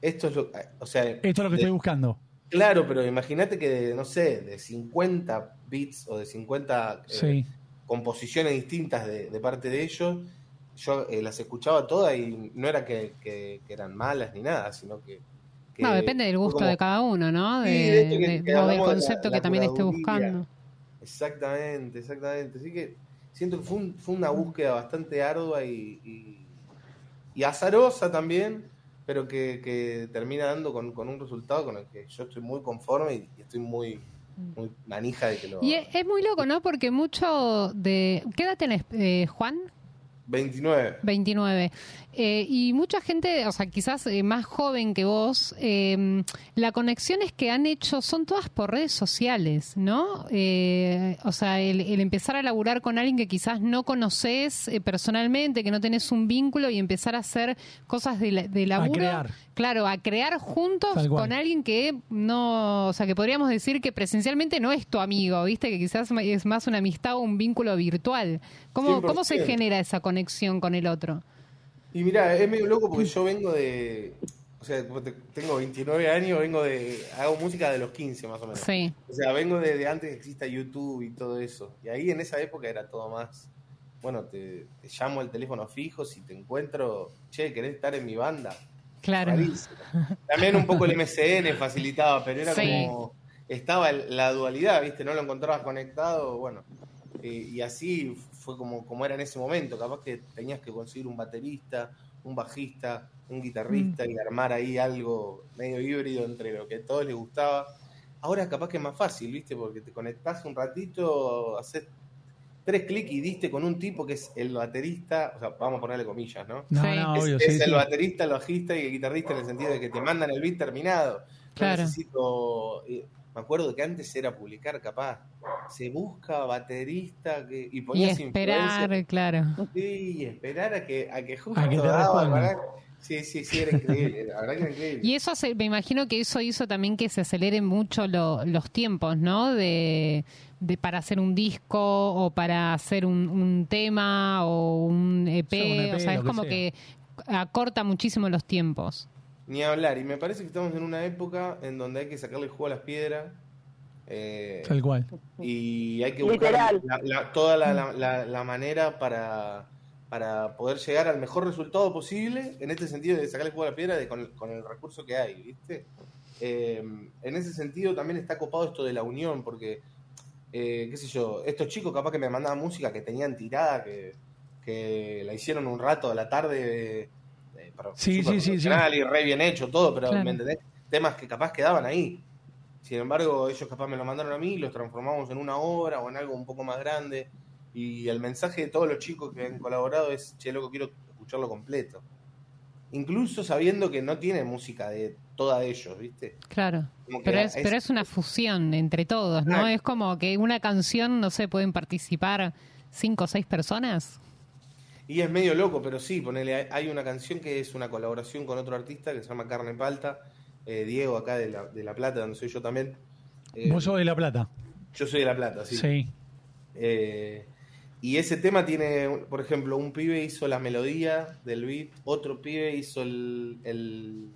S13: esto es lo, o sea,
S3: Esto es lo que
S13: de-
S3: estoy buscando.
S13: Claro, pero imagínate que, de, no sé, de 50 beats o de 50 eh,
S3: Sí.
S13: composiciones distintas de, de parte de ellos, yo eh, las escuchaba todas y no era que, que- que eran malas ni nada, sino que... que
S4: No, depende del
S13: fue
S4: gusto
S13: como-
S4: de cada uno, ¿no?
S13: Sí,
S4: De,
S13: de esto que-
S4: de-
S13: que
S4: o del
S13: hablamos de la-
S4: concepto
S13: la
S4: que también esté
S13: curaduría.
S4: buscando.
S13: Exactamente, exactamente. Así que siento que fue, un- fue una búsqueda bastante ardua y, y- y azarosa también, pero que, que termina dando con, con un resultado con el que yo estoy muy conforme y, y estoy muy,
S4: Mm.
S13: muy manija de que lo...
S4: Y es, es muy loco, ¿no? Porque mucho de... ¿Qué edad tenés, eh, Juan?
S13: 29.
S4: 29. Eh, y mucha gente, o sea, quizás eh, más joven que vos, eh, la conexión es que han hecho, son todas por redes sociales, ¿no? Eh, o sea, el, el empezar a laburar con alguien que quizás no conoces eh, personalmente, que no tenés un vínculo y empezar a hacer cosas de, la- de laburo.
S3: crear.
S4: Claro, a crear juntos
S3: Tal cual.
S4: con alguien que no, o sea, que podríamos decir que presencialmente no es tu amigo, ¿viste? Que quizás ma- es más una amistad o un vínculo virtual. ¿Cómo, cómo se
S13: 100%.
S4: genera esa conexión con el otro?
S13: Y mira, es medio loco porque yo vengo de. O sea, como te- tengo 29 años, vengo de. Hago música de los 15 más o menos.
S4: Sí.
S13: O sea, vengo de, de antes que exista YouTube y todo eso. Y ahí en esa época era todo más. Bueno, te, te llamo al teléfono fijo, si te encuentro, che, querés estar en mi banda.
S4: Claro.
S13: Rarísimo. También un poco el MCN facilitaba, pero era
S4: Sí.
S13: como. Estaba el- la dualidad, ¿viste? No lo encontrabas conectado, bueno. Eh, y así fue como, como era en ese momento. Capaz que tenías que conseguir un baterista, un bajista, un
S4: Mm.
S13: guitarrista y armar ahí algo medio híbrido entre lo que a todos les gustaba. Ahora capaz que es más fácil, ¿viste? Porque te conectás un ratito, haces tres clics y diste con un tipo que es el baterista, o sea, vamos a ponerle comillas, ¿no?
S3: No, no,
S13: es,
S3: obvio,
S13: es
S3: sí,
S13: el
S3: sí.
S13: baterista, el bajista y el guitarrista en el sentido de que te mandan el beat terminado. No
S4: Claro.
S13: necesito- eh, me acuerdo que antes era publicar, capaz. Se busca baterista que, y
S4: Y
S13: ponías influencer.
S4: esperar, claro.
S13: Sí, y esperar a que, a que justo
S4: A que te
S13: daba,
S4: respondan.
S13: ¿verdad? Sí, sí, sí, era increíble. La verdad que era increíble.
S4: Y eso, hace- me imagino que eso hizo también que se aceleren mucho lo- los tiempos, ¿no? De, de para hacer un disco o para hacer un, un tema o un EP.
S13: Sí, un EP,
S4: o sea, es
S13: lo que
S4: como
S13: sea.
S4: que acorta muchísimo los tiempos.
S13: Ni hablar. Y me parece que estamos en una época en donde hay que sacarle el jugo a las piedras. eh,
S3: Tal cual.
S13: Y hay que buscar
S5: Literal.
S13: la- la- toda la, la- la- la manera para, para poder llegar al mejor resultado posible, en este sentido de sacarle jugo a la piedra de, con, con el recurso que hay, ¿viste? Eh, en ese sentido también está copado esto de la unión, porque, eh, qué sé yo, estos chicos capaz que me mandaban música que tenían tirada, que, que la hicieron un rato a la tarde, eh, pero
S3: Sí,
S13: súper
S3: sí, sí, sí.
S13: profesional y re bien hecho todo, pero
S3: Claro.
S13: ¿me entendés? Temas que capaz quedaban ahí. Sin embargo, ellos capaz me lo mandaron a mí y los transformamos en una obra o en algo un poco más grande. Y el mensaje de todos los chicos que han colaborado es, che, loco, quiero escucharlo completo. Incluso sabiendo que no tiene música de toda ellos, ¿viste?
S4: Claro.
S13: Como que
S4: Pero
S13: era-
S4: es,
S13: es-
S4: pero es una fusión entre todos, ¿no?
S13: Claro.
S4: Es como que una canción, no sé, pueden participar cinco o seis personas.
S13: Y es medio loco, pero sí, ponele, hay- hay una canción que es una colaboración con otro artista que se llama Carne Palta, eh, Diego acá de la, de la Plata, donde soy yo también. Eh,
S3: Vos sos de La Plata.
S13: Yo soy de La Plata, sí.
S3: Sí.
S13: Eh, y ese tema tiene, por ejemplo, un pibe hizo la melodía del beat, otro pibe hizo el, el-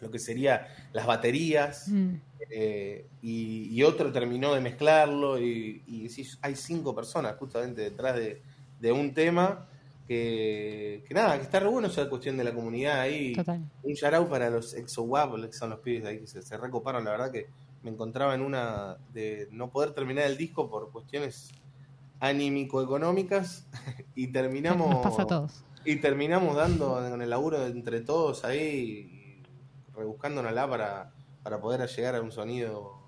S13: lo que sería las baterías,
S4: Mm.
S13: eh, y, y otro terminó de mezclarlo, y, y decís, hay cinco personas justamente detrás de, de un tema que, que nada, que está re bueno esa cuestión de la comunidad ahí.
S4: Total.
S13: Un shout out para los ExoWab, que son los pibes de ahí que se, se recoparon, la verdad que me encontraba en una de no poder terminar el disco por cuestiones anímico-económicas y terminamos
S4: Nos pasa a todos.
S13: y terminamos dando con el laburo entre todos ahí y rebuscándonosla para, para poder llegar a un sonido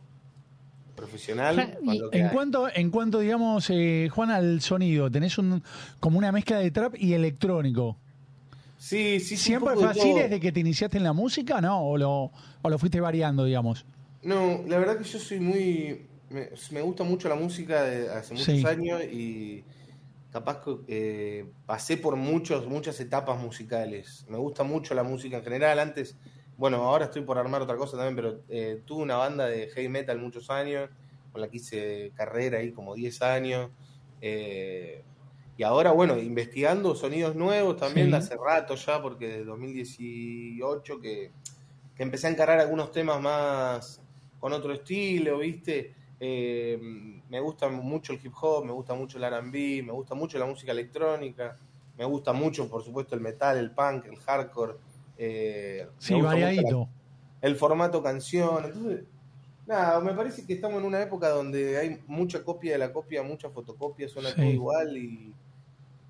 S13: profesional. con lo que
S3: En
S13: hay.
S3: cuanto, en cuanto digamos, eh, Juan, al sonido, tenés un, como una mezcla de trap y electrónico.
S13: Sí, sí, sí, un
S3: ¿Siempre
S13: poco de
S3: fue así
S13: todo.
S3: desde que te iniciaste en la música, no? ¿O lo, o lo fuiste variando, digamos?
S13: No, la verdad que yo soy muy. Me, me gusta mucho la música de hace muchos
S3: Sí.
S13: años y capaz que eh, pasé por muchos, muchas etapas musicales. Me gusta mucho la música en general. Antes, bueno, ahora estoy por armar otra cosa también, pero eh, tuve una banda de heavy metal muchos años, con la que hice carrera ahí como 10 años. Eh, y ahora, bueno, investigando sonidos nuevos también,
S3: Sí.
S13: hace rato ya, porque desde 2018 que que empecé a encarar algunos temas más con otro estilo, ¿viste? Eh, me gusta mucho el hip hop, me gusta mucho el RB, me gusta mucho la música electrónica, me gusta mucho, por supuesto, el metal, el punk, el hardcore. eh,
S3: Sí,
S13: me gusta mucho
S3: variadito.
S13: la- el formato canción. Entonces, nada, me parece que estamos en una época donde hay mucha copia de la copia, mucha fotocopia, suena
S3: Sí.
S13: todo igual y.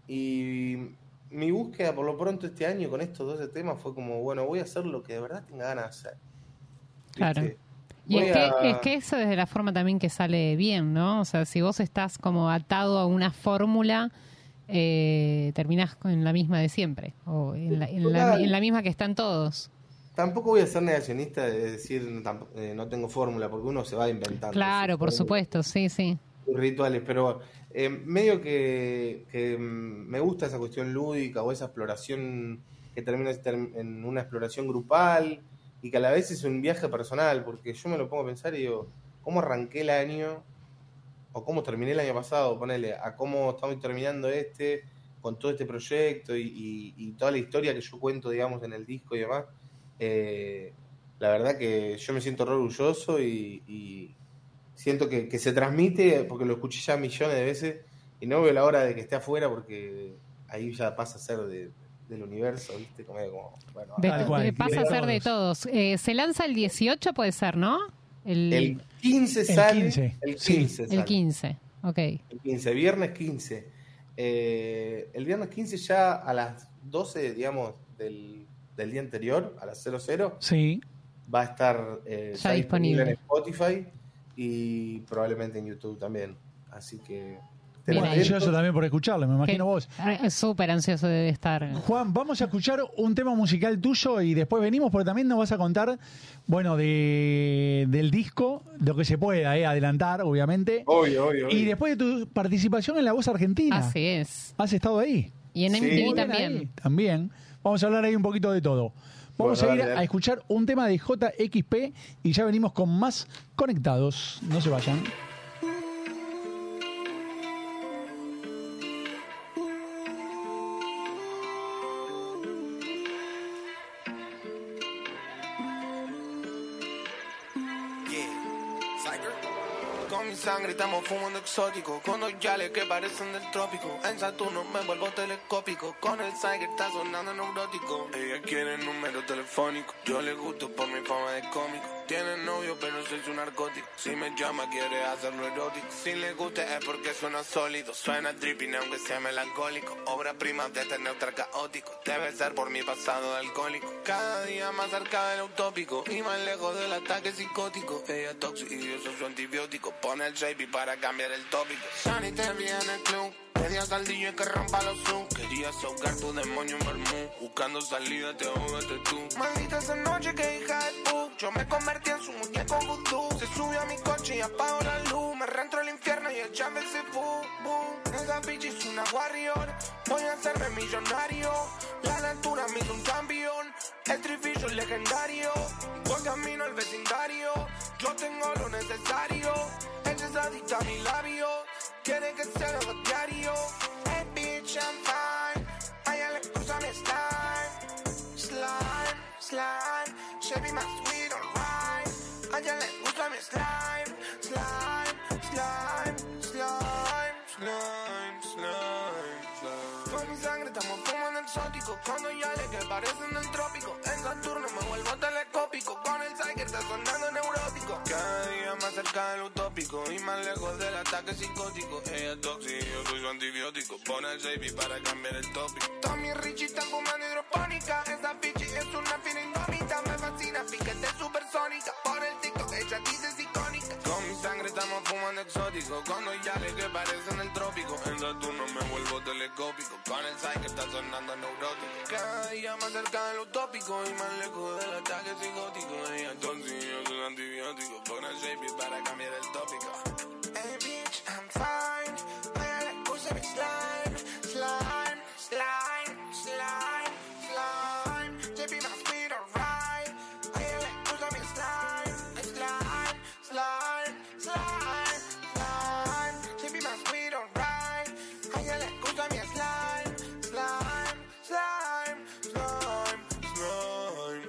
S13: Y mi búsqueda por lo pronto este año con estos 12 temas fue como, bueno, voy a hacer lo que de verdad tenga ganas de hacer.
S4: Claro.
S13: ¿Viste?
S4: Y
S13: Voy
S4: es que,
S13: a-
S4: es que eso desde la forma también que sale bien, ¿no? O sea, si vos estás como atado a una fórmula, eh, terminás en la misma de siempre, o en la, en la-
S13: Total.
S4: en la misma que están todos.
S13: Tampoco voy a ser negacionista de decir no, tamp- eh, no tengo fórmula, porque uno se va inventando.
S4: Claro, por supuesto, sí, sí.
S13: rituales, pero eh, medio que, que, mm, me gusta esa cuestión lúdica o esa exploración que termina ter- en una exploración grupal y que a la vez es un viaje personal, porque yo me lo pongo a pensar y digo, ¿cómo arranqué el año? O cómo terminé el año pasado, ponele, a cómo estamos terminando este, con todo este proyecto y, y- y toda la historia que yo cuento, digamos, en el disco y demás. Eh, la verdad que yo me siento re orgulloso y- y, siento que, que se transmite, porque lo escuché ya millones de veces, y no veo la hora de que esté afuera porque ahí ya pasa a ser de- del universo, ¿viste? Como, como, bueno,
S4: De-
S13: ahora-
S4: de- eh, pasa a ser de todos. Eh, se lanza el 18, puede ser, ¿no?
S13: El 15 sale. El 15, el 15
S4: El 15, ok.
S13: El 15, viernes 15. Eh, el viernes 15 ya a las 12, digamos, del, del día anterior, a las 00,
S3: Sí.
S13: va a estar eh,
S3: Ya disponible.
S13: en Spotify y probablemente en YouTube también. Así que... te lo
S3: Bueno,
S13: advierto.
S3: ansioso también por escucharlo, me imagino vos.
S4: Eh, Súper ansioso debe estar.
S3: Juan, vamos a escuchar un tema musical tuyo y después venimos, porque también nos vas a contar, bueno, de, del disco, lo que se pueda, ¿eh? adelantar, obviamente.
S13: Obvio, obvio, obvio.
S3: Y después de tu participación en La Voz Argentina. Así
S4: es.
S3: ¿Has estado ahí?
S4: Y en
S3: Sí.
S4: MTV
S3: Muy bien
S4: Ah, también.
S3: ahí, también. Vamos a hablar ahí un poquito de todo. Vamos
S13: Bueno,
S3: a ir
S13: dale, dale.
S3: a escuchar un tema de JXP y ya venimos con más conectados. No se vayan.
S14: Con mi sangre estamos fumando exótico. Con yales que parecen del trópico. En Saturno me vuelvo telescópico. Con el Tiger está sonando neurótico. Ella quiere el número telefónico. Yo le gusto por mi fama de cómico. Tiene novio, pero soy su narcótico. Si me llama, quiere hacerlo erótico. Si le gusta es porque suena sólido. Suena tripping, aunque sea melancólico. Obra prima de este neutral caótico. Debe ser por mi pasado de alcohólico. Cada día más cerca del utópico. Y más lejos del ataque psicótico. Ella es tóxica y yo soy su antibiótico. Pone el JP para cambiar el tópico. Sunny te vi en el club. Pedías al DJ que rompa los zoom. Querías ahogar tu demonio en Bermú. Buscando salida, te ahogaste tú. Maldita esa noche que hija de pu. Yo me convertí en su muñeco vudú. Se subió a mi coche y apagó la luz. Me reentro al infierno y echame ese boom, boom. Esa bitch es una warrior. Voy a hacerme millonario. La altura me hizo un campeón. El trivillo es legendario. Voy camino al vecindario. Yo tengo lo necesario. Ella es adicta a mi labio. Quiere que se lo haga diario. Hey bitch, I'm fine. A ella le gusta mi style. Slime, slime, Chevy más sweet alright. A ella le gusta mi slime, slime, slime, slime, slime, slime, slime. Por mi sangre estamos fumando exótico, cuando ya le que parecen del trópico. En Saturno me vuelvo telescópico, con el Tiger está sonando neurótico. Cada día más cerca del utópico y más lejos del ataque psicótico. Ella es tóxica, y yo soy su antibiótico. Pon el JP para cambiar el tópico. Tommy y Richie están fumando hidropónica. Esa bitch es una fina indómita. Me fascina, fíjate supersónica. Por el TikTok, ella dice es icónica. Con mi sangre estamos fumando exótico. Cuando ya le que parecen el trópico. En Saturno me vuelvo telescópico. Con el psyche está sonando neurótico. Cada día más cerca de lo utópico y más lejos del ataque psicótico. Ella es tóxica, y yo soy antibiótico. Pon el JP para cambiar el tópico. Hey bitch, I'm fine. I like push up slime, slime, slime, slime, slime. JP my speed alright. I like push up slime, slime, slime, slime, slime. JP my speed alright. I like push up slime, slime, slime, slime, slime.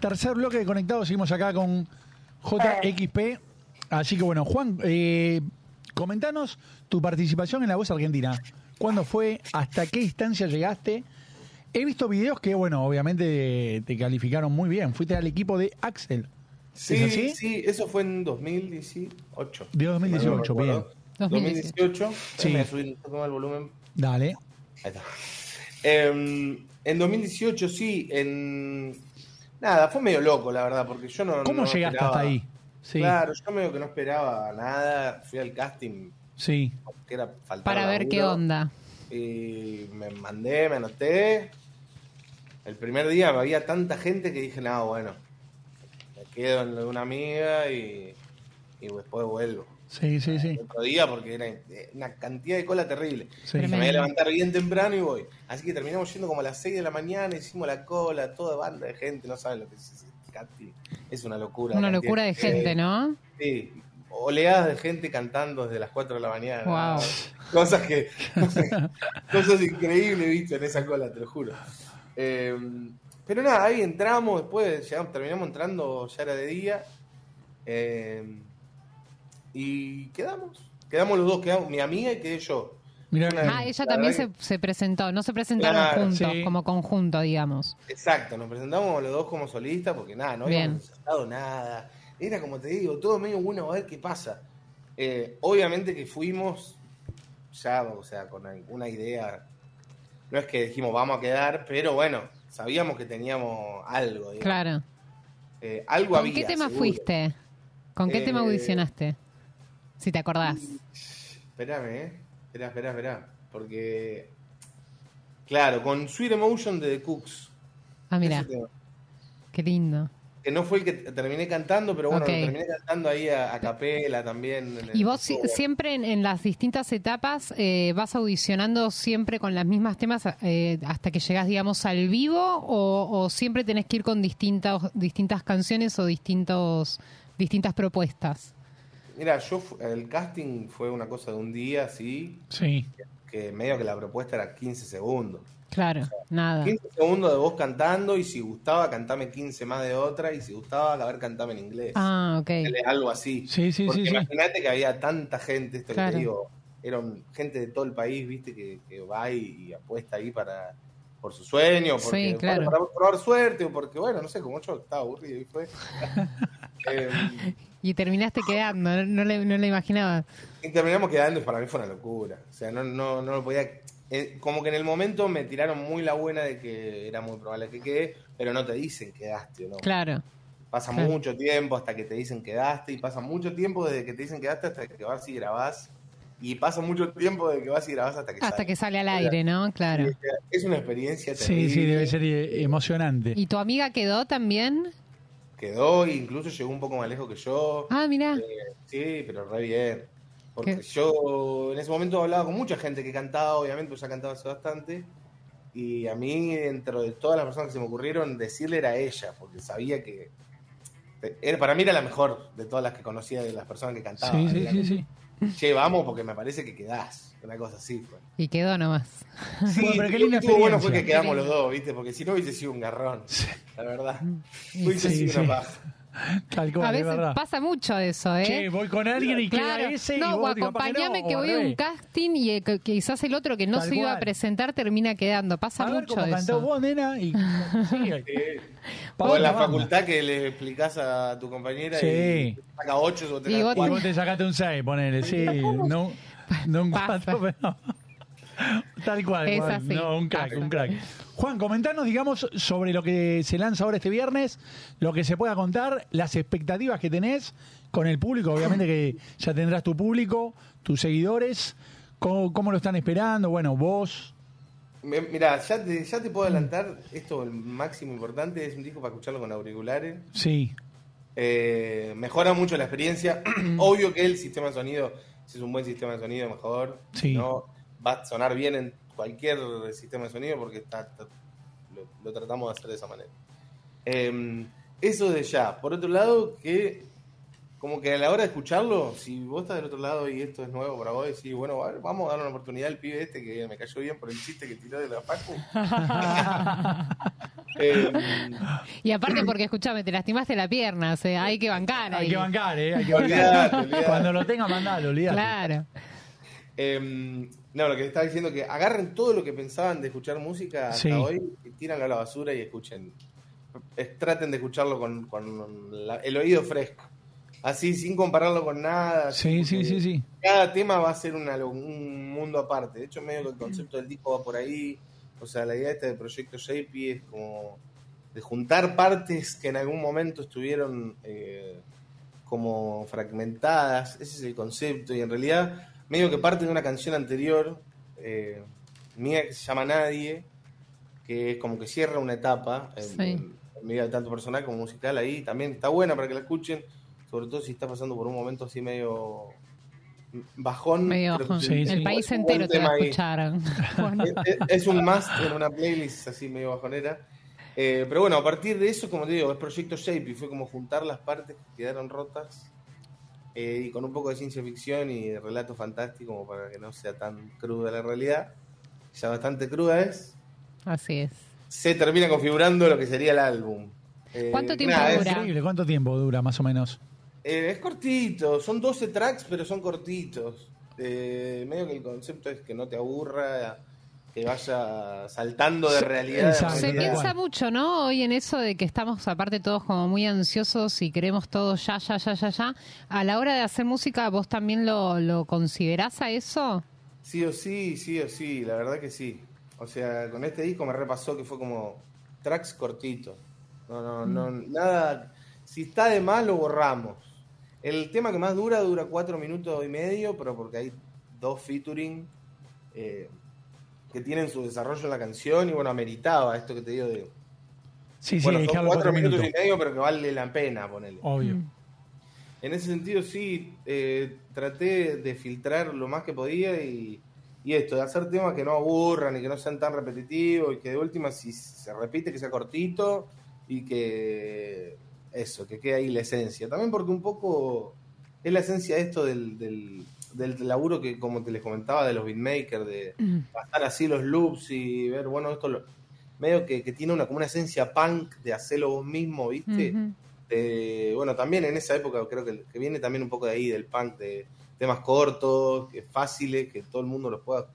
S3: Tercer bloque de Conectados, seguimos acá con JXP. Así que bueno, Juan, eh, comentanos tu participación en La Voz Argentina. ¿Cuándo fue? ¿Hasta qué instancia llegaste? He visto videos que, bueno, obviamente te calificaron muy bien. Fuiste al equipo de Axel. ¿Es
S13: Sí,
S3: así?
S13: sí, eso fue en 2018.
S3: De 2018,
S13: Bueno,
S3: bien.
S13: 2018.
S3: Sí.
S13: Me voy a subir un poco más el volumen.
S3: Dale.
S13: Ahí está. Em, en 2018, sí, en. Nada, fue medio loco, la verdad, porque yo no.
S3: ¿Cómo
S13: no
S3: llegaste
S13: esperaba-
S3: hasta ahí? Sí.
S13: Claro, yo medio que no esperaba nada. Fui al casting,
S3: Sí.
S13: que era faltar
S4: Para ver
S13: laburo.
S4: qué onda.
S13: Y me mandé, me anoté. El primer día había tanta gente que dije, no, bueno, me quedo en lo de una amiga y, y después vuelvo.
S3: Sí, sí, sí.
S13: Otro día porque era eh, una cantidad de cola terrible.
S3: Sí.
S13: Me voy a
S3: Tremendo.
S13: levantar bien temprano y voy. Así que terminamos yendo como a las 6 de la mañana, hicimos la cola, toda banda de gente, no saben lo que es ese casting. Es una locura.
S4: Una
S13: la cantidad
S4: locura de gente, ¿no?
S13: Sí, oleadas de gente cantando desde las 4 de la mañana.
S4: Wow.
S13: Cosas que. Cosas increíbles, viste, en esa cola, te lo juro. Eh, pero nada, ahí entramos, después llegamos, terminamos entrando, ya era de día. eh, y quedamos. Quedamos los dos, quedamos, mi amiga y quedé yo. Una-
S4: Ah, ella
S13: la
S4: también
S13: verdad
S4: se, se presentó. No se presentaron
S13: Claro,
S4: juntos,
S13: sí.
S4: como conjunto, digamos.
S13: que- Exacto, nos presentamos los dos como solistas porque nada, no
S4: Bien.
S13: habíamos presentado nada. Era como te digo, todo medio bueno, a ver qué pasa. Eh, obviamente que fuimos ya, o sea, con alguna idea. No es que dijimos vamos a quedar, pero bueno, sabíamos que teníamos algo. digamos.
S4: Claro.
S13: Eh, algo
S4: ¿Con
S13: había.
S4: qué tema
S13: seguro.
S4: fuiste? ¿Con qué
S13: Eh,
S4: tema audicionaste? Si te acordás.
S13: Esperame, eh. Esperá, esperá, esperá. Porque. Claro, con Sweet Emotion de The Cooks.
S4: Ah, mira,
S13: Ese tema.
S4: qué lindo.
S13: Que no fue el que t- terminé cantando, pero bueno,
S4: Ok.
S13: lo terminé cantando ahí a, a capela también. en el
S4: Y vos si-
S13: cover.
S4: siempre en, en las distintas etapas eh, vas audicionando siempre con las mismas temas eh, hasta que llegás, digamos, al vivo o, o siempre tenés que ir con distintas, distintas canciones o distintos, distintas propuestas.
S13: Mira, yo fu- el casting fue una cosa de un día, sí,
S3: Sí.
S13: que medio que la propuesta era 15 segundos.
S4: Claro, nada.
S13: 15 segundos de vos cantando y si gustaba, cantame 15 más de otra y si gustaba, a ver, cantame en inglés.
S4: Ah, ok.
S13: Ponele Algo así.
S3: Sí, sí,
S13: Porque
S3: sí, sí.
S13: imagínate que había tanta gente, esto que
S4: Claro.
S13: te digo, eran gente de todo el país, viste, que, que va y, y apuesta ahí para por su sueño, porque,
S4: Sí,
S13: bueno,
S4: claro.
S13: para probar suerte, o porque, bueno, no sé, como yo estaba aburrido y fue. Em,
S4: Y terminaste quedando, no, no le, no le imaginaba.
S13: y terminamos quedando y para mí fue una locura. O sea, no, no, no lo podía... eh, como que en el momento me tiraron muy la buena de que era muy probable que quede, pero no te dicen quedaste o no.
S4: Claro,
S13: Pasa
S4: Claro.
S13: mucho tiempo hasta que te dicen quedaste y pasa mucho tiempo desde que te dicen quedaste hasta que vas y grabás y pasa mucho tiempo desde que vas y grabás hasta que
S4: hasta
S13: sale.
S4: que sale al aire, ¿no? Claro.
S13: O sea, Es una experiencia terrible.
S3: Sí, sí, debe ser eh, emocionante.
S4: ¿Y tu amiga quedó también?
S13: Quedó e incluso llegó un poco más lejos que yo.
S4: Ah, mira.
S13: Eh, sí, pero re bien. Porque
S4: ¿Qué?
S13: yo en ese momento hablaba con mucha gente que cantaba, obviamente, pues ya cantaba hace bastante. Y a mí, dentro de todas las personas que se me ocurrieron, decirle era ella, porque sabía que. era- para mí era la mejor de todas las que conocía de las personas que cantaban.
S3: Sí, sí,
S13: Era
S3: sí,
S13: como,
S3: sí.
S13: Che, vamos, porque me parece que quedás. Una cosa así fue.
S4: Y quedó nomás.
S13: Sí,
S3: Bueno, pero qué
S13: lo
S3: linda
S13: que estuvo bueno fue
S3: experiencia.
S13: que quedamos los dos, ¿viste? Porque si no hubiese sido un garrón, la verdad. Hubiese
S3: Sí,
S13: sido
S3: sí.
S13: una paja.
S3: Tal cual,
S4: A
S3: es
S4: veces
S3: verdad.
S4: pasa mucho eso, ¿eh?
S3: Che, voy con alguien y
S4: Claro,
S3: queda ese y
S4: no, o
S3: vos te capaz que no,
S4: acompañame que,
S3: o al
S4: voy a un
S3: revés.
S4: casting y eh, que- quizás el otro que no
S3: Tal
S4: se iba a
S3: cual.
S4: presentar termina quedando. Pasa
S3: A ver
S4: mucho
S3: cómo cantó
S4: eso.
S3: vos, nena, y...
S13: Sí.
S3: Pasa
S13: O en la
S3: banda.
S13: facultad que le explicás a tu compañera
S3: Sí.
S13: y te saca 8 o te
S4: Y
S13: da
S4: vos
S3: Y
S13: cuatro.
S3: vos te sacaste un 6, ponele, sí. No, no un
S4: Pasa.
S3: 4, pero. Tal cual,
S4: Es
S3: Juan.
S4: así,
S3: no, un crack,
S4: pasa.
S3: un crack. Juan, comentanos, digamos, sobre lo que se lanza ahora este viernes, lo que se pueda contar, las expectativas que tenés con el público, obviamente que ya tendrás tu público, tus seguidores, cómo, cómo lo están esperando, bueno, vos.
S13: Me- Mirá, ya te, ya te puedo adelantar, esto el máximo importante, es un disco para escucharlo con auriculares.
S3: Sí,
S13: Eh, mejora mucho la experiencia. Obvio que el sistema de sonido, si es un buen sistema de sonido, mejor.
S3: Sí.
S13: ¿no? Va a sonar bien en cualquier sistema de sonido porque está, está- lo, lo tratamos de hacer de esa manera. Eh, eso de ya. Por otro lado, que como que a la hora de escucharlo, si vos estás del otro lado y esto es nuevo para vos, decís, bueno, a ver, vamos a darle una oportunidad al pibe este que me cayó bien por el chiste que tiró de la facu. Eh,
S4: Y aparte, porque escúchame, te lastimaste la pierna, o sea, hay que bancar.
S3: Hay
S4: ahí.
S3: que bancar, ¿eh? Hay que bancar.
S13: Olvidate, olvidate.
S3: Cuando lo tenga, mandalo, olvidate.
S4: Claro.
S13: em, no, lo que les estaba diciendo que agarren todo lo que pensaban de escuchar música hasta
S3: Sí.
S13: hoy, y tíranlo a la basura y escuchen. Es- traten de escucharlo con, con la- el oído fresco. Así, sin compararlo con nada.
S3: Sí, sí, sí, sí.
S13: Cada tema va a ser una lo- un mundo aparte. De hecho, medio que el concepto del disco va por ahí. O sea, la idea esta del proyecto JP es como de juntar partes que en algún momento estuvieron eh, como fragmentadas. Ese es el concepto. Y en realidad, medio que parte de una canción anterior, eh, mía que se llama Nadie, que es como que cierra una etapa. en-
S4: Sí.
S13: en- en medio de tanto personal como musical ahí. También está buena para que la escuchen. Sobre todo si está pasando por un momento así medio bajón.
S4: Medio
S13: creo
S4: bajón.
S13: que
S3: Sí,
S13: es
S4: el
S13: un
S4: país
S13: buen
S4: entero te va
S13: tema
S4: a
S13: ahí.
S4: escuchar. Bueno,
S13: Es- es- Es un must en una playlist así medio bajonera. Eh, pero bueno, a partir de eso, como te digo, es proyecto Shape y fue como juntar las partes que quedaron rotas eh, y con un poco de ciencia ficción y relato fantástico como para que no sea tan cruda la realidad. Ya bastante cruda es.
S4: así es.
S13: Se termina configurando lo que sería el álbum. Eh,
S4: ¿Cuánto tiempo
S13: es-
S4: dura?
S3: Increíble. ¿Cuánto tiempo dura, más o menos?
S13: eh, es cortito, son 12 tracks, pero son cortitos. Eh, medio que el concepto es que no te aburra, que vaya saltando de
S3: Sí,
S13: realidad. en
S3: exacto.
S4: Se
S3: Tal
S13: realidad.
S4: piensa mucho, ¿no? Hoy en eso de que estamos aparte todos como muy ansiosos y queremos todo ya, ya, ya, ya, ya. A la hora de hacer música, ¿vos también lo, lo considerás a eso?
S13: Sí o sí, sí o sí, la verdad que sí. O sea, con este disco me repasó que fue como tracks cortitos. No, no,
S3: Mm.
S13: no, nada. Si está de más, lo borramos. El tema que más dura dura cuatro minutos y medio, pero porque hay dos featuring eh, que tienen su desarrollo en la canción y bueno, ameritaba esto que te digo de...
S3: Sí, sí,
S13: bueno,
S3: hay
S13: son
S3: que
S13: cuatro,
S3: darlo cuatro
S13: minutos, y medio, pero que vale la pena ponerle.
S3: Obvio.
S4: Mm.
S13: En ese sentido, sí, eh, traté de filtrar lo más que podía y, y esto, de hacer temas que no aburran y que no sean tan repetitivos y que de última, si se repite, que sea cortito y que eso, que quede ahí la esencia. También porque un poco es la esencia de esto del, del, del laburo que, como te les comentaba, de los beatmakers, de pasar así los loops y ver, bueno, esto lo- medio que, que tiene una, como una esencia punk de hacerlo vos mismo, ¿viste?
S4: Ujú.
S13: de- Eh, bueno, también en esa época creo que, que viene también un poco de ahí, del punk, de temas cortos, que fáciles, que todo el mundo los pueda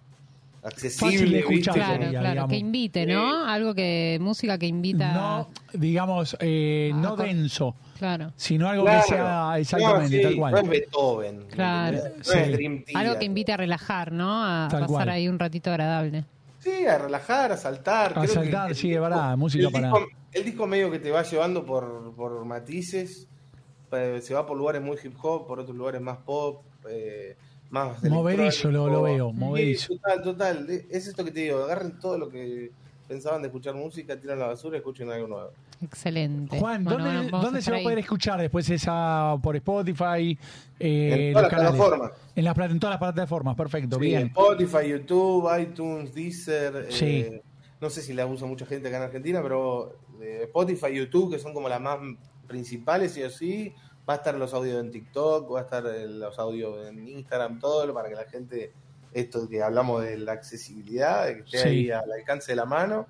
S13: accesible,
S3: Fácil de
S13: ¿viste?
S3: escuchar.
S13: Como-
S4: Claro,
S3: Como-
S4: claro,
S3: digamos.
S4: que invite, ¿no? Algo que música que invita.
S3: No, digamos, eh,
S4: Ah,
S3: no
S4: con-
S3: denso,
S4: claro.
S3: sino algo
S13: Claro.
S3: que sea
S13: No,
S3: exactamente
S13: sí,
S3: tal
S13: No
S3: cual.
S13: es Beethoven.
S4: Claro.
S13: No es
S3: Sí.
S13: Dream Theater.
S4: Algo que invite a relajar, ¿no? A
S3: Tal
S4: pasar
S3: cual.
S4: ahí un ratito agradable.
S13: Sí, a relajar, a saltar.
S3: A saltar, sí, es verdad,
S13: disco-
S3: música
S13: el
S3: para-
S13: Disco, el disco medio que te va llevando por, por matices, eh, se va por lugares muy hip hop, por otros lugares más pop, eh, más.
S3: Movedizo lo- lo
S13: electrónico.
S3: veo, movedizo.
S13: Sí, total, total. eh, Es esto que te digo, agarren todo lo que pensaban de escuchar música, tiran la basura y escuchen algo nuevo.
S4: Excelente.
S3: Juan,
S4: Bueno,
S3: ¿dónde,
S4: bueno, vamos
S3: dónde se
S4: estar
S3: va a poder
S4: ahí.
S3: escuchar después esa por Spotify? eh,
S13: En todas
S3: los
S13: las
S3: canales?
S13: plataformas.
S3: En, las plat- en todas las plataformas, perfecto,
S13: Sí,
S3: bien.
S13: Spotify, YouTube, iTunes, Deezer. eh,
S3: Sí.
S13: no sé si la usa mucha gente acá en Argentina, pero eh, Spotify, YouTube, que son como las más principales, sí o sí. Va a estar los audios en TikTok, va a estar eh, los audios en Instagram, todo para que la gente, esto que hablamos de la accesibilidad, que esté
S3: Sí.
S13: ahí al alcance de la mano.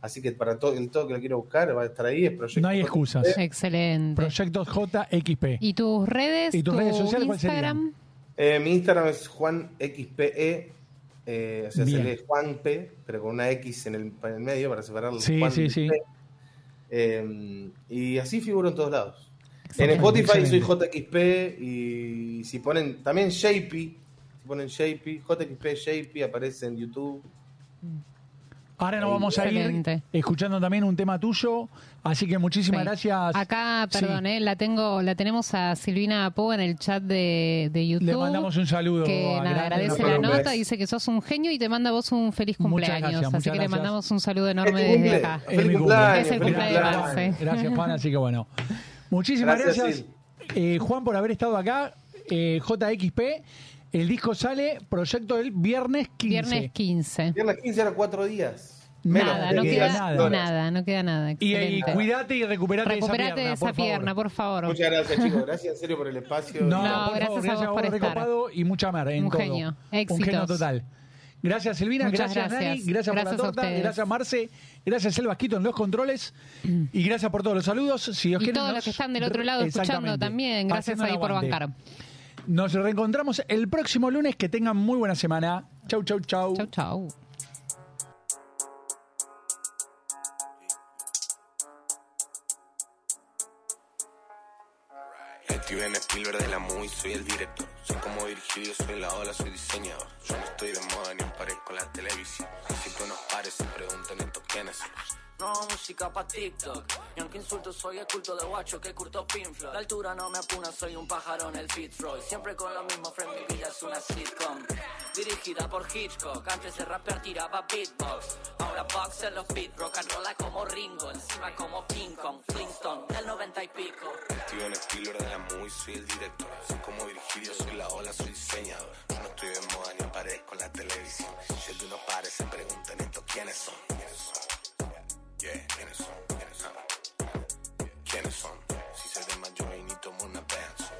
S13: Así que para todo el todo que lo quiera buscar va a estar ahí. Es proyecto
S3: No hay excusas.
S4: Excelente.
S3: Proyectos JXP.
S4: ¿Y tus redes?
S3: ¿Y tus
S4: tu
S3: redes sociales cuáles
S4: Instagram?
S13: Eh, mi Instagram es JuanXPE. Eh, o sea, se
S3: Bien.
S13: lee Juan P, pero con una X en el, en el medio para separarlo.
S3: Sí,
S13: Juan
S3: sí,
S13: de
S3: sí.
S13: P. Eh, y así figuro en todos lados. En
S4: Excelente.
S13: Spotify soy
S3: excelente.
S13: JXP y si ponen también Shapey, si ponen Shapey, JXP Shapey aparece en YouTube.
S3: Ahora nos vamos a ir
S4: Excelente.
S3: escuchando también un tema tuyo, así que muchísimas
S4: Sí.
S3: gracias.
S4: Acá,
S3: Sí,
S4: perdón, eh, la tengo, la tenemos a Silvina Apo en el chat de, de YouTube.
S3: Le mandamos un saludo.
S4: que
S3: a
S4: nada,
S3: Grande,
S4: agradece
S13: no
S4: la
S13: preocupes.
S4: nota, dice que sos un genio y te manda a vos un feliz
S3: Muchas
S4: cumpleaños.
S3: gracias,
S4: así
S3: muchas
S4: que le
S3: gracias.
S4: mandamos un saludo enorme
S13: Es tu
S4: desde
S13: cumple.
S4: acá.
S3: Es
S13: Feliz
S3: mi
S4: Es
S13: cumpleaños,
S4: el
S13: feliz
S4: cumpleaños de
S13: cumpleaños.
S4: Marce.
S3: Gracias, Juan. Así que bueno. Muchísimas
S13: Gracias,
S3: gracias, eh, Juan, por haber estado acá. Eh, JXP. El disco sale, proyecto del viernes 15.
S4: Viernes 15.
S13: Viernes 15 era cuatro días.
S4: Nada, no
S13: de
S4: queda
S13: diez
S4: nada,
S13: horas.
S4: no queda nada.
S3: Y, eh,
S4: Excelente.
S3: cuídate y recuperate,
S4: Recuperate de esa
S3: esa
S4: pierna, por favor.
S13: Muchas gracias, chicos. Gracias en serio por el espacio.
S4: No,
S3: No, por
S4: gracias
S3: favor,
S4: a vos
S3: gracias a vos,
S4: por estar.
S3: recopado y mucha mer en
S4: Un
S3: todo.
S4: genio.
S3: Un genio
S4: Éxitos.
S3: total. Gracias, Silvina.
S4: Muchas
S3: gracias,
S4: gracias.
S3: Nani.
S4: Gracias
S3: Gracias, por
S4: a
S3: la torta.
S4: ustedes.
S3: Gracias, Marce. Gracias, El Vasquito, en los controles. Y gracias por todos los saludos. Si Dios
S4: Y
S3: quiere,
S4: todos
S3: nos-
S4: los que están del otro lado escuchando
S3: Exactamente.
S4: también, gracias
S3: Haciendo el
S4: ahí por
S3: aguante.
S4: bancar.
S3: Nos reencontramos el próximo lunes. Que tengan muy buena semana. Chau, chau, chau. Chau,
S4: chau.
S15: Steven Spielberg de la movie, soy el director. Soy como Virgilio, soy la ola, soy diseñador. Yo no estoy de moda ni aparezco en la televisión. Así que unos pares se preguntan estos quiénes son.
S16: No, música pa' TikTok. Y aunque insulto, soy el culto de guacho que curto pinflo. La altura no me apuna, soy un pájaro en el Fitzroy. Siempre con lo mismo, friend, mi vida es una sitcom. Dirigida por Hitchcock, antes de rapear tiraba beatbox. Ahora box en los beat, rock and rolla como Ringo. Encima como King Kong, Flintstone, del 90 y pico.
S15: Steven Spielberg de la movie, soy el director. Soy como Virgilio, soy la ola, soy diseñador. Yo no estoy de moda ni aparezco en la televisión. Yo de unos pares se preguntan estos quiénes son. ¿Quiénes son? Yeah, ¿quiénes son? ¿Quiénes son? ¿Quiénes son? Si soy de mayor y ni tomo una penso.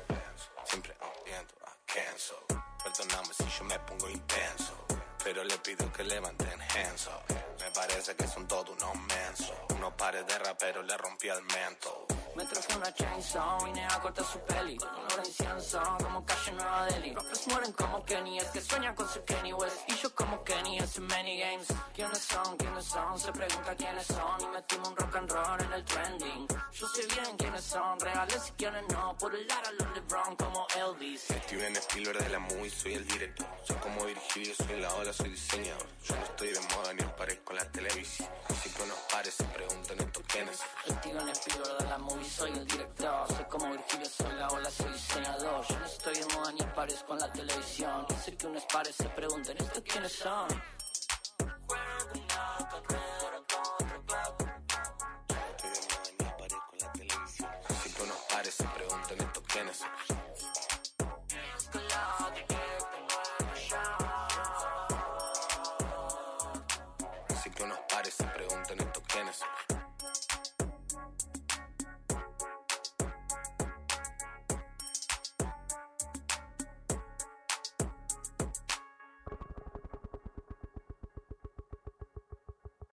S15: Siempre ambiendo a cancel. Perdóname si yo me pongo intenso. Pero le pido que levanten hands up. Me parece que son todos unos mensos. Unos pares de raperos le rompí al mento.
S16: Me traje una chainsaw y nea corta su peli. Con olor a incienso, como calle en Nueva Delhi. Rappers mueren como Kenny, es que sueñan con su Kenny West. Y yo como Kenny, es en many games. ¿Quiénes son? ¿Quiénes son? Se pregunta quiénes son. Y metimos un rock and roll en el trending. Yo sé bien quiénes son, reales y quiénes no. Por el lara los LeBron como Elvis.
S15: Steven Spielberg de la movie, soy el director. Soy como Virgilio, soy la ola, soy diseñador. Yo no estoy de moda ni aparezco en la televisión. Así que unos pares se preguntan estos quiénes son.
S16: Steven Spielberg de la movie, soy el director. Soy como Virgilio, soy la ola, soy diseñador. Yo no estoy de moda ni aparezco en la televisión. Y sé que unos pares se preguntan, ¿esto quiénes son?
S15: Así que unos pares se preguntan estos quiénes son.